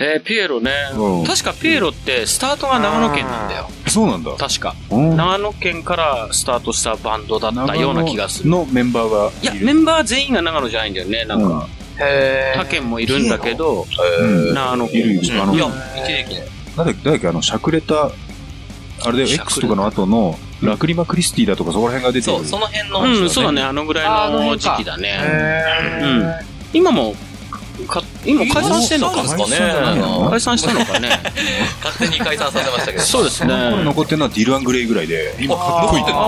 S3: えー、ピエロね。
S2: うん
S3: 確かピエロって、スタートが長野県なんだよ。
S2: そうなんだ。
S3: 確か。
S2: うん
S3: 長野県からスタートしたバンドだったような気がする。
S2: のメンバーが
S3: いや、
S2: いる。
S3: メンバー全員が長野じゃないんだよね。なんか、
S5: へ
S3: 他県もいるんだけど、
S2: うん
S3: 長野
S2: いる
S3: 県
S2: よ。。あの、
S4: い
S2: 誰だ、
S4: や一時期ね。
S2: っけ、誰だっけ、あの、しゃくれた、あれだよ、
S3: しゃくれた
S2: X とかの後の、ラクリマクリスティだとかそこら辺が出て
S4: そう、
S2: る。
S4: その辺の。
S3: うん、そうだね。。あのぐらいの時期だね。うん。今も、か、今解散してんの
S4: そ
S3: か
S4: うですかね。
S2: うん
S3: 解散したのかね。
S4: 勝手に解散させましたけど。
S3: そうですね。
S2: これ残ってるのはディルアングレイぐらいで、今かっこいいんだよ。か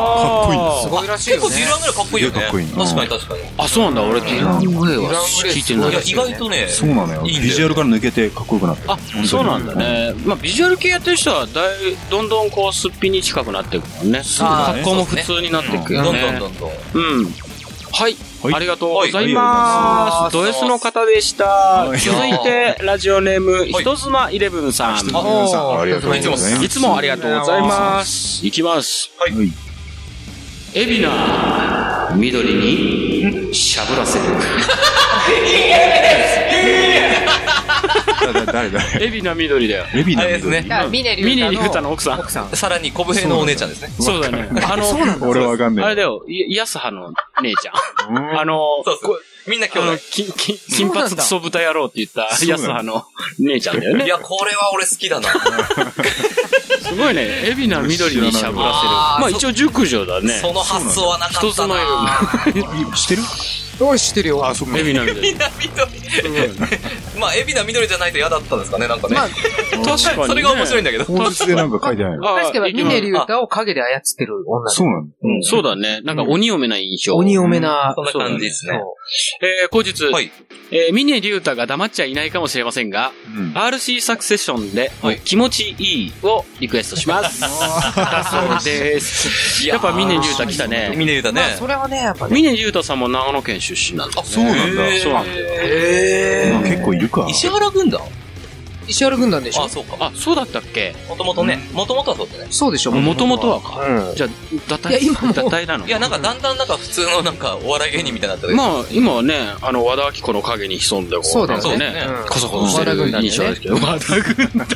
S2: っこいいんだ
S3: あ
S5: す
S3: ー
S5: ごいらしい
S4: 結
S5: よ
S4: 構
S5: ね。
S4: ディランぐらいかっこいいよね。
S2: かっこいいな
S4: 確かに確かに。
S3: あ、そうなんだ。俺、ディラングレイは聞いてない
S4: いや、。意外とね、
S2: そうなのよ。
S4: いいんだよ
S2: ビジュアルから抜けてかっこよくなってる。
S3: あ、そうなんだね。まあ、ビジュアル系やってる人は、だい、どんどんこう、すっぴんに近くなっていくもんね。
S2: だね
S3: 格好も普通になっていく
S4: どんど
S3: よ
S4: ん
S3: ね
S4: ど。んどん。
S3: うん。はい。
S2: はい
S3: ありがとうござい
S5: は
S3: ま
S5: い
S3: す。ド S の方でした。
S2: はい
S3: 続いて、ラジオネーム、人妻イレブンさん。
S2: あ皆さんありがとうございます。
S3: いつもありがとうございます。いきます。
S2: はい。
S3: エビナ、緑に、しゃぶらせる。
S2: だだ誰だ
S3: エビナ緑だよ。
S2: レビ
S4: あ
S2: の
S4: れですね
S2: 緑
S5: だからミネリ
S3: ミニリ
S5: ュ
S3: ュウ
S5: ウ
S3: タ
S5: タ
S3: の
S5: の
S3: 奥さん。
S5: 奥さん。
S4: さらに、コブヘのお姉ちゃんですね。
S3: そうだね。あの、
S2: 俺わかん
S3: あ
S2: ね
S3: れだよ、いヤスハの姉ちゃん。
S2: え。うん
S3: あの、
S4: そうそう。みんな
S3: あ
S4: 今
S3: の、
S4: 日
S3: きき
S5: そ
S3: 金
S5: うなんだ
S3: 髪クソ豚野郎って言った
S2: そうな
S3: ヤ
S2: ん
S3: ス
S2: だ
S3: ハの姉ちゃんだよ
S4: ね。い
S3: ね。
S4: や、これは俺好きだな。
S3: すごいね。エビナ緑にしゃぶらせる。
S4: あー
S3: まあ一応熟女だね。
S4: その発想はなかったな。
S3: 人妻よ
S2: えしてる
S5: おい、知ってるよ。
S2: あ、そうか
S3: エ。ビナ 緑。
S4: 緑。まあ、エビナ緑じゃないと嫌だったんですかね、なんかね。
S5: まあ
S3: 確かに、ね。
S4: それが面白いん
S3: だ
S4: だけど。
S2: 当日でなんか書いてないの
S5: 確かに、ミネリ
S3: ュ
S5: ュウタを影で操ってる女だ
S2: そうなの
S3: そうだね。なんか鬼嫁な印象。
S5: 鬼嫁な
S4: そん。な感じですね。
S3: えー、後日、
S4: はい。
S3: えー、ミネリュウタが黙っちゃいないかもしれませんが、
S2: うん。
S3: RC サクセッションで、気持ちいいをリクエストし ます。だそうです。やっぱミネリュウタ来たね。
S4: ミネユだね
S5: まあ。それはね、やっぱね。
S3: ミネリュウタさんも長野県出身なんだ。
S4: あ、そうなんだ。
S3: そうなんだよ。
S2: まあ結構いるか。
S4: 石原軍団
S5: 石原軍団でし
S4: あ、
S5: ょ
S4: そうか。
S3: あ、そうだったっけ
S4: もともとね。もともとはそうだね。
S5: そうでしょ
S3: もともとはか。
S5: うん。
S3: じゃあ、脱退
S5: いや今も
S3: 脱退なの
S4: いや、なんかだんだんなんか普通のなんかお笑い芸人みたいになったけど
S3: まあ、今はね、あの、和田明子の影に潜んでこう、
S5: そうだよね
S3: なんか
S5: うん
S3: こそこそしてる印象ですけど。和田軍団。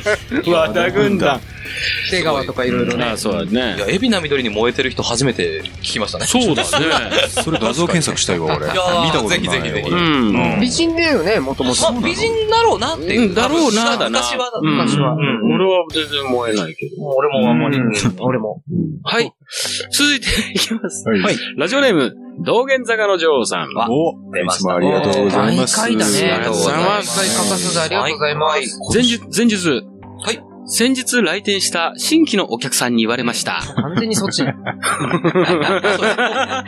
S3: 和田軍団。
S5: 出川とかいろいろ
S3: あ
S5: ね
S3: あ、。そうだ
S4: い
S3: ね
S4: や、。海老名緑に燃えてる人初めて聞きましたね。
S3: そうだね。
S2: それ画像検索したいわ、俺。見
S4: いやー
S2: たことないよ。
S4: ぜひぜひぜひ
S2: 俺
S3: うん。
S5: 美人だよね、もともと。
S4: まあ、美人だろうなっていう。
S3: うんだろうなだかな。
S4: 昔は
S3: うん
S5: 昔は
S3: うん俺は全然燃えないけど。
S5: 俺もあんまり
S2: うん。
S5: 俺も。
S3: はい。続いていきます。
S2: はい。
S3: ラジオネーム、道玄坂の女王さん。
S2: お、いつもありがとうございます。
S5: 大会だね。
S2: ありがとうございます
S5: 大会欠かさずありがとうございます。
S3: 前日、前日。
S4: はい。
S3: 先日来店した新規のお客さんに言われました。
S5: 完全にそっち。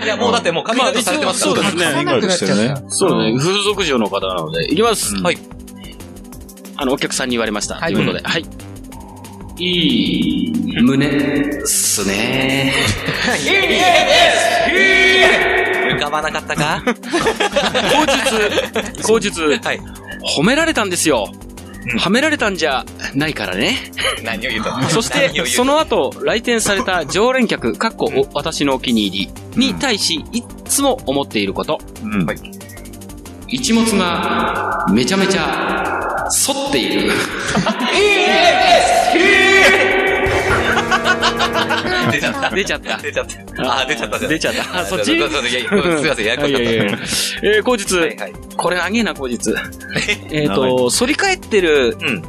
S4: いや、もうだってもう髪型されてますから
S3: まあ一応そうですね
S5: 書かなくなっちゃった。
S3: そうね、風俗嬢の方なので、いきます、
S4: うん
S3: はい。あの、お客さんに言われました。
S5: はい
S3: ということで、はい。いい胸っす ね。
S4: 浮かばなかったか
S3: 口述、口述、
S4: はい。
S3: 褒められたんですよ。はめられたんじゃないからね。
S4: 何を言うと。
S3: そして、そ
S4: の、
S3: の後、来店された常連客、かっこお私のお気に入りに対し、いっつも思っていること。
S2: うん
S4: はい
S3: 一物が、めちゃめちゃ、反ってい る。
S4: 出ちゃった。
S3: 出ちゃった。
S4: 出ちゃった。あ、出ちゃったじゃん。
S3: 出ちゃった。あそっち
S4: いやいや、すいません、ややこしかった。
S3: えー、後日、
S4: はいはい。
S3: これ長えな、後 日。えっ
S2: 長い
S3: と、反り返ってる
S4: うん。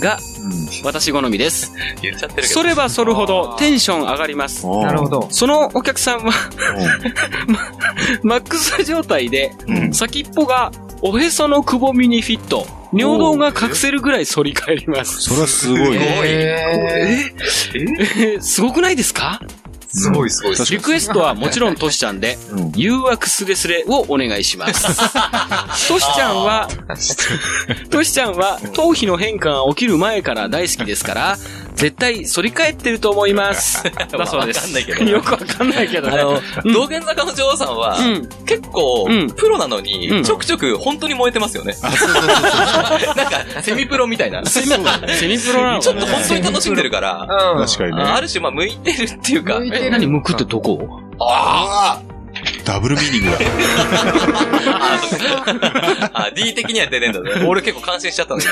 S3: が私好 みです。
S4: 言っちゃってるけど。
S3: 反れば反るほどテンション上がります。
S2: お
S5: なるほど。
S3: そのお客さんは マックス状態で、
S2: うん
S3: 先っぽがおへそのくぼみにフィット。尿道が隠せるぐらい反り返ります。
S2: そらすごいね。
S5: え
S3: えー すごくないですか
S4: すごいすごい。
S3: リクエストはもちろんトシちゃんで、
S2: うん
S3: 誘惑スレスレをお願い します。トシちゃんは、トシちゃんは、頭皮の変化が起きる前から大好きですから、絶対反り返ってると思 います。だそうです。
S4: わかんないけど
S3: よくわかんないけど
S4: あ
S3: ね。
S4: の、道玄坂の女王さんは、
S3: うん。
S4: 結構
S3: うん、
S4: プロなのに、
S3: うん
S4: ちょくちょく本当に燃えてますよね。 なんか、セミプロみたいな。ちょっ
S3: セミプロなの
S4: と
S3: か
S4: 本
S3: な
S4: 当に楽しんでるから、
S5: うん。
S2: 確かに
S4: あ
S2: ね。
S4: る種、まあ、向いてるっていうか、
S5: 向い
S3: え、何向くってどこ
S4: あ
S2: ダブルミーニングだ。
S4: ーあ、D 的には出ねえんだね。俺結構感心しちゃったんだ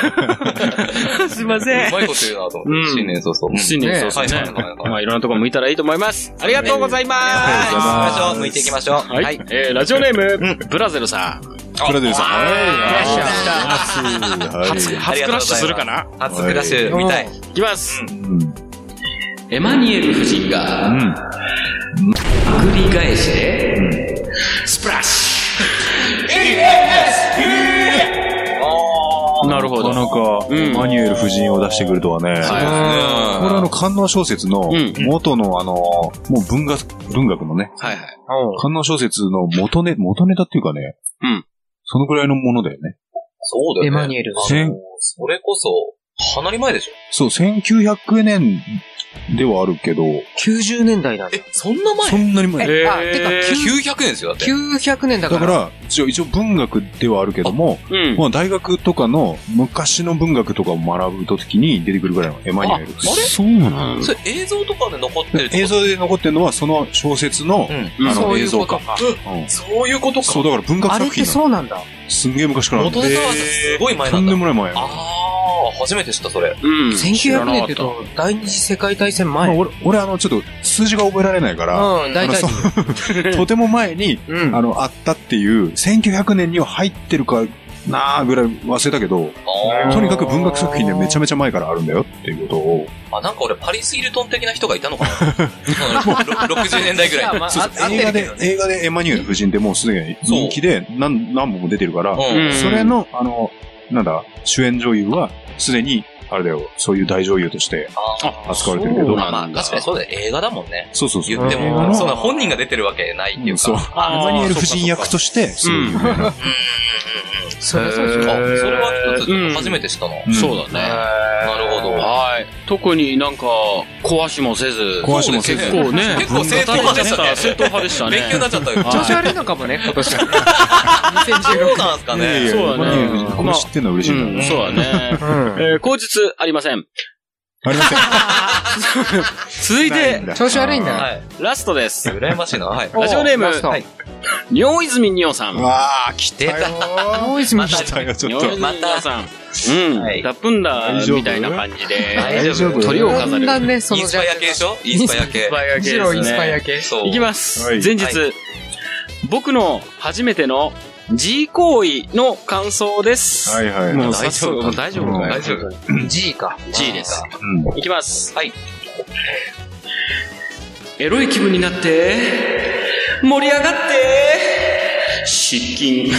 S4: けど
S3: すいませ
S4: う。まいこと言うなと思っ
S3: うん
S4: て。新年早々。
S3: 新年早々
S4: はいはい
S3: ね
S4: はい。はい
S3: まあ、いろんなとこ向いたらいいと思います。ありがとうございま
S4: 行きましょう。向いていきましょう。
S3: す。はい。えーラジオネーム、ブラゼルさん。
S2: プラデルさん。はい。ありがとうございます
S3: 初、
S2: は
S3: 初クラッシュするかな
S4: 初クラッシュ見たい。
S3: いきます。
S2: い。うん
S3: エマニエル夫人が、
S2: うん。
S3: 繰り返して、スプラッシュなるほ
S2: なかな
S3: ど。
S2: か、
S3: うん
S2: マニュエル夫人を出してくるとはね。
S3: は
S2: これあの、観音小説の
S3: うん、
S2: 元のあの、もう文学、文学のね、
S3: い。はいはい。
S2: 観音小説の元ネ、元ネタっていうかね、
S3: うん
S2: そのくらいのものだよね。
S4: そうだよね。
S5: エマニュエル
S4: あのそれこそ、かなり前でしょ
S2: そう、1900年ではあるけど、
S5: 90年代なんだ。
S4: え、そんな前
S2: そんなに前。
S5: えあ
S3: えー
S5: てか
S4: ?900 年ですよ、だって。
S5: 900年だ
S2: だ
S5: か。
S2: からら、一応一応文学ではあるけども、
S3: うん。
S2: まあ大学とかの昔の文学とかを学ぶときに出てくるぐらいのエマニュエル。
S4: ああれ
S2: そうなの
S4: それ映像とかで残ってるってこと
S2: 映像で残ってるのはその小説の
S4: う、ん。
S2: あ
S5: そ
S2: の
S5: う
S2: 映
S5: いうこ
S2: 像
S5: と
S2: か。
S5: か。
S2: うん
S4: そういうことか
S2: そう、。だから文学
S5: あれっ
S2: 作
S5: て
S2: 品なの
S5: そうなんだ。
S2: すんげえ昔からある
S4: 元ネタ合わせすごい前
S2: と
S4: なんん
S2: で
S4: だ。
S2: もない前。
S4: ああ、初めて知った、それ。
S3: うん。
S5: 1900年って言うと、第二次世界大戦前。
S2: ま
S5: う
S2: あ
S5: ん、
S2: 俺、俺あの、ちょっと数字が覚えられないから、
S5: 大体
S2: あの。とても前に、
S5: うん
S2: あ。の、あったっていう、1900年には入ってるかなーぐらい忘れたけど、
S4: あ
S2: とにかく文学作品でめちゃめちゃ前からあるんだよっていうことを、
S4: あ。あ、なんか俺、パリス・ヒルトン的な人がいたのか なうんろ ?60 年代ぐらい。
S5: まあ、
S2: そう
S5: あ
S2: そ
S5: 合
S2: う映
S5: って
S2: 画
S5: るけ
S2: で
S5: ど、ね。
S2: 映画でエマニュエル夫人でもうすでに人気で何何本も出てるから、
S4: うん。
S2: それの、あの、なんだ、主演女優は、すでに、あれだよ、そういう大女優として
S4: あ
S2: 扱われてるけ
S3: そう
S2: ど、
S4: まあまあ、確かにそうだよ。映画だもんね。
S2: そうそうそう。
S4: 言って
S5: 映画
S4: も、
S5: の
S4: そんな本人が出てるわけないっていううん
S2: そう。
S4: か。
S2: エ
S3: あ
S2: マ
S3: ー
S2: ニュエル夫人役として、そういうね、
S5: それそう
S4: あ、
S5: で
S4: そ
S5: す
S4: れ
S5: よ。
S4: は一
S3: うん
S4: つ、初めて知ったの。
S2: ん
S3: そうだね。
S4: なるほど。
S3: はい。特になんか、壊しもせず。
S2: 壊しもせず
S3: 結構ね。
S4: 結構正統派でしたね
S3: 正統派でしたね。
S4: 勉強になっちゃったよ。
S3: はい
S5: 調子悪いのかもね、今年は。
S4: そうなんすか
S2: いやい
S4: ね。
S2: や
S3: そうだ
S2: エマ
S3: ね
S2: ニュエル夫人これ知ってるのは嬉しいな。
S3: うん、そうだね。
S5: 2016。
S3: えー、後日ありません。
S2: ありません。
S3: 続いて、
S5: 調子悪いんだ
S4: はい。
S3: ラストです。
S4: 羨ましいな。はい。
S5: うん。
S3: ラジオネーム
S5: ラスト
S4: はい
S3: 尿泉尿さん。
S2: わあ、来てたよー。
S5: 大泉
S2: 来たよ、ちょっ
S3: 尿
S2: と。
S3: 泉尿さん。うん。
S4: はい
S3: ラップンダーみたいな感じで。
S4: 大丈夫。
S3: 鳥を飾
S5: だん
S3: る。
S5: だんね、そ
S4: イ
S5: の
S4: ンスパイア系でしょインスパイア系。
S3: イア系ですね
S5: 白いインスパイア系。
S4: そう。
S3: いきます。
S2: はい
S3: 前日、僕の初めての G 行為の感想です。
S2: はいはいはい。
S3: もう大丈夫、もう大丈夫、
S2: はい
S4: 大丈夫。
S5: G か。
S3: G です。
S2: うん
S3: いきます。
S4: はい。
S3: エロい気分になって、盛り上がって、失禁。EMS!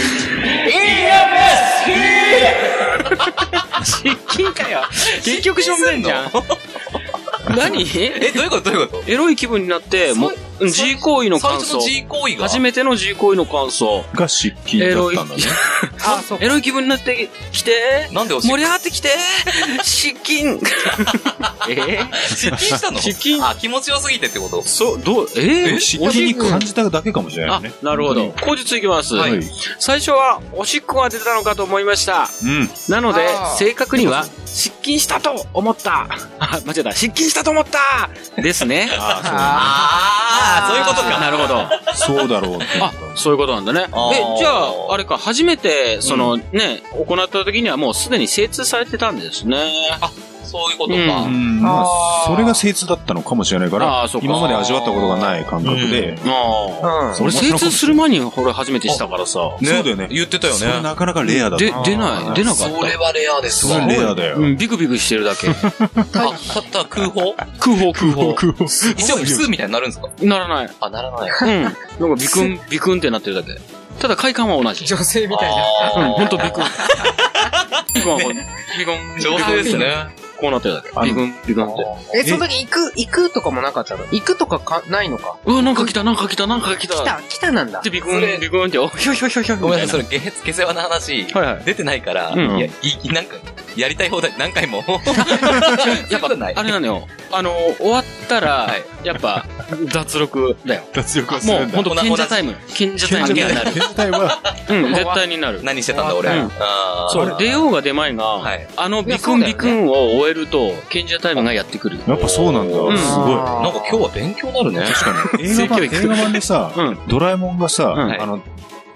S3: 失禁かよ。結局正面じゃん。何
S4: え、どういうことどういうこと
S3: エロい気分になって、もう、G 行為の
S4: 最
S3: 感
S4: 初
S3: 想
S4: の。G 行為が。
S3: 初めての G 行為の感想。
S2: が失禁だったんだね。
S5: あ、そう
S3: エロい気分になってきて、
S4: なんでおし
S3: 盛り上がってきて、失禁。え
S4: 失禁したの
S3: 失禁
S4: あ、気持ちよすぎてってこと
S3: そう、どう、え
S4: え
S2: 失禁に感じただけかもしれない
S3: あ
S2: よね。、
S3: なるほど。口述いきます。
S2: はい。うん。
S3: 最初はおしっこが出たのかと思いました。なので
S5: あー、
S3: 正確には、失禁したと思った。あ、間違えた。失禁したと思ったです ね。
S2: あ
S4: あー、そういうことか。
S3: なるほど。
S2: あ、そうなんだ。そうだろうって。
S3: あ、そういうことなんだね。
S4: あー
S3: え、じゃあ、あれか、初めて、その、ね、行った時にはもうすでに精通されてたんですね。
S4: そういうことか。
S3: う
S2: うん、まあ
S5: あ、ー
S2: それが精通だったのかもしれないから、
S3: ああ、そっか。
S2: 今まで味わったことがない感覚で、
S3: ああ。
S5: うん。
S2: そう
S3: 俺精通する前に、これ初めてしたからさ。
S2: ねそうだよね。
S4: 言ってたよ
S2: それ
S4: ね。
S2: なかなかレアだ
S3: で
S2: な。、
S3: 出ない、出なかっ
S4: それはレアですわ。
S2: それレアだ
S3: た。
S2: よ。
S3: うん、ビクビクしてるだけ。
S4: あ、たった空砲
S3: 空砲、空砲。
S4: 一応、普通みたいになるんですか
S3: ならない。
S4: あ、ならない。
S3: うん。 なんかビクン、ビクンってなってるだけ。ただ快感は同じ。
S5: 女性みたいな。
S3: うん、ほん
S4: な。
S3: とビ クン。ビクンはこう、ビクン。
S4: 上手ですね。
S3: こうなってるだけ。ビクン、ビクンって。
S5: え、その時行く、行くとかもなかったの行くとかか、ないのか
S3: うわ、なんか来た、なんか来た、なんか来た。
S5: 来た、来たなんだ
S3: で、。ビク
S4: それ
S3: ン、ビクンって、おひょひょひょひょ。
S4: ごめんなさ
S3: み
S4: い、それ、下下世話な話、
S3: たいな。はいはい。
S4: 出てないから、
S3: うん
S4: いや、い、なんか、やりたい放題何回 も。 やっぱない。
S3: あれなのよ。あの、終わったら
S4: はい、
S3: やっ ぱ、脱力だよ。
S2: 脱力はす
S3: も
S2: る
S3: うん
S2: だ。
S3: ほんと、賢者タイム。賢者タイムにはなる。
S2: 現代は、
S3: うん、絶対に なる。
S4: 何してたんだ、俺。
S3: うん
S4: あー
S3: そう、出ようが出まい
S4: は
S3: が、
S4: い。
S3: あの
S5: いや
S3: ビ
S5: そ
S3: ク
S5: う
S3: ン
S5: だよ
S3: ビ
S5: ね
S3: クンを終えると、賢者タイムがやってくる。
S2: やっぱそうなんだ。
S4: うん
S2: すごい。
S4: なんか今日は勉強になるね。
S2: 確かに。映画版、
S3: 性教育
S2: 映画版でさ、
S3: うん
S2: ドラえもんがさ、
S3: うん
S2: あの、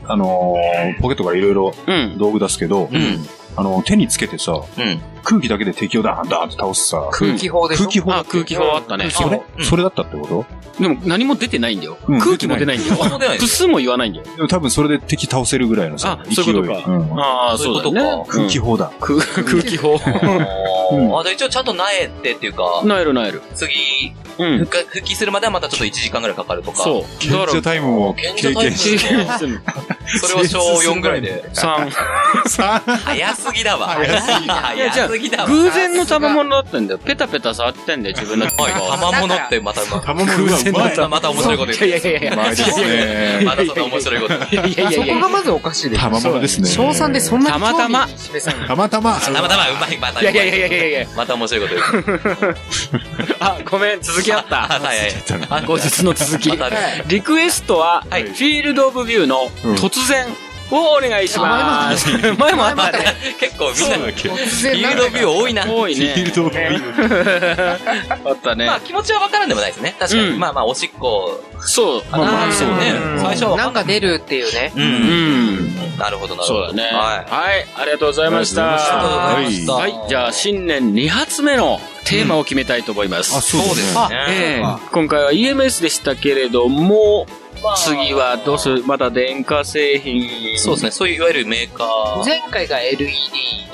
S2: あのーポケットからいろいろ
S3: うん。
S2: 道具出すけど、
S4: うん。
S2: あの、手につけてさ、
S4: うん。
S2: 空気だけで敵をダーンダーンって倒すさ、
S5: 空気砲でしょ
S2: 空気砲だ
S3: あ、
S2: っけ
S3: 空気砲あったね。
S2: それ、
S4: うん
S2: それだったってこと
S3: でも何も出てないんだよ。
S2: うん
S3: 空気も出ないんだよ。
S4: 何も出ない
S3: プスも言わないんだよ。
S2: でも多分それで敵倒せるぐらいのさ、
S3: あそういうことか
S2: 勢いうん
S3: ああ、
S4: そういうこと
S3: だ
S4: か。
S2: 空気砲だ。
S3: 空空気砲。
S2: うん
S4: あ、じゃあ一応ちゃんと苗ってっていうか、
S3: なえるなえる。
S4: 次、
S3: うん。
S4: 復復帰するまではまたちょっと1時間ぐらいかかるとか。
S3: そう。
S2: 賢
S3: だか
S2: 者タイムを経験し、
S3: ら、
S4: それは小4ぐらいで。
S3: 三。
S2: さあ、
S4: 早すぎだわ。
S2: 早
S4: すぎだ
S3: いやじゃ
S4: 早
S3: あ
S4: すぎだわ。
S3: 偶然の賜物だったんだよ。ペタペタ触ってんだよ、自分の。
S4: はい、玉物ってまたうまく
S2: 玉物がうまい。
S4: また面白いこと言って。
S5: いやいやいや
S2: うまいですね。
S4: またその面白いこと。
S5: いやいやいやそこがまずおかしいです。
S2: 玉物ですね。
S5: 賞賛でそんなに興味
S3: たまたま
S5: 示さない
S2: たまたま。
S4: たまたまうまい、またうまい。
S5: いやいやいやいやいや
S4: また面白いこと言って。
S3: あ、ごめん、続きあっ
S4: あ、
S3: た。
S4: はいはい。
S3: あ、後日の続き
S4: ま。たね。
S3: リクエストは、フ
S4: はい
S3: ィールドオブビューの
S2: うん
S3: 突然をお願いします。前もあったね。
S4: 結構みんな、
S5: 突
S4: フィ
S5: 然
S4: ー
S5: な
S4: ル
S5: ん
S4: ド
S5: か
S4: ビュー多いな。
S3: 多い
S2: フィー
S3: ね
S2: ル。ドオブビュー
S3: あったね
S4: まあ気持ちはわからんでもないですね。確か
S3: う
S4: に。
S3: ん
S4: まあまあ、おしっこ。
S3: そう。
S4: まあまあそうね
S5: ん
S4: 最初は
S5: なんか出るっていうね。
S4: う。
S3: うんん。
S4: なるほど、なるほど。
S3: そうだね。
S4: はい。
S3: はい。ありがとうございました。
S4: あ
S2: あ
S4: り
S2: り
S4: が
S2: が
S4: と
S2: とうござ
S4: うござい
S2: い
S4: ました。
S3: はい。じゃあ、新年2発目のテーマを決めたいと思いま
S2: あ、
S3: す。
S2: そう
S4: そうですね
S2: だね。
S3: ええ
S4: あ
S3: 今回は EMS でしたけれども、次はどうするまた電化製品。
S4: そうですね。そういういわゆるメーカー。
S5: 前回が LED。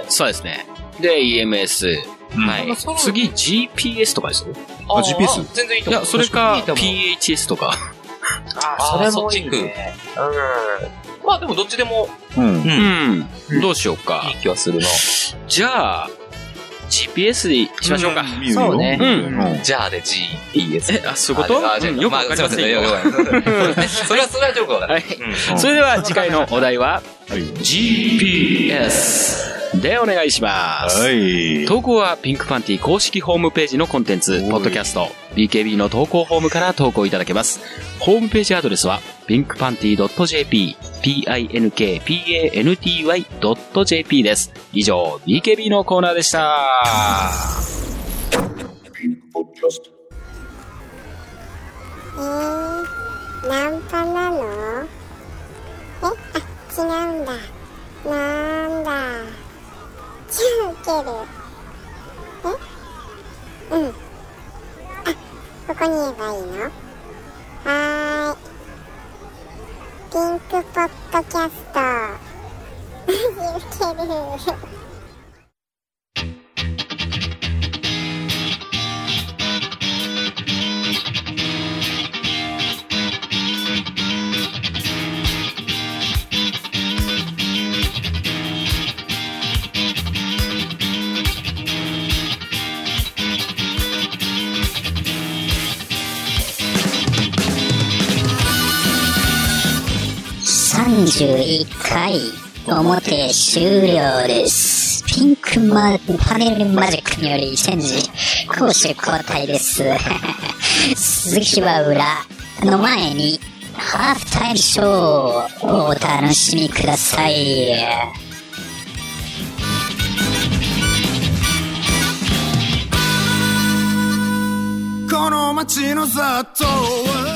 S3: そうですね。で、EMS。
S2: うん
S4: はい。
S3: 次、GPS とかですよ
S4: あ
S2: GPS
S4: 全然いいと
S3: い
S4: 思う。
S3: や、それか
S5: 確、かにい
S3: PHS とか。
S5: あ、それもいいね。
S4: まあでもどっちでも
S2: うん。
S4: う
S3: うんん。どうしよう
S4: いい
S3: か。
S4: 気はするな。
S3: じゃあ、GPS にしましょうか。
S2: 見るよ
S5: そうね
S2: うん
S5: う
S4: じゃあで G、いいです。
S3: え、あ、そういうこと
S4: あじゃあ
S3: う
S4: じゃ
S3: ん
S4: あ
S3: よく
S4: まあ
S3: わかりませんよ。
S4: すいませんごめん ごめんそうですねそれは、それはよくわかんない。
S3: はい。それでは次回のお題は GPS でお願いします。
S2: はい。
S3: 投稿はピンクパンティ公式ホームページのコンテンツ
S2: お、い
S3: ポッドキャスト、BKB の投稿フォームから投稿いただけます。ホームページアドレスは、pinkpanty.jp、p-i-n-k-p-a-n-t-y.jp です。以上、BKB のコーナーでした。
S1: えー、ナンパなのえ、あ、違うんだ。なんだ。じゃあ受ける。えうん。あ、ここに言えばいいのはーい。ピンクポッドキャスト。 マジウケる。
S6: 31回表終了です。ピンクマパネルマジックによりチェンジ、攻守交代です。 鈴木は裏の前にハーフタイムショーをお楽しみください。
S7: この街の雑踏は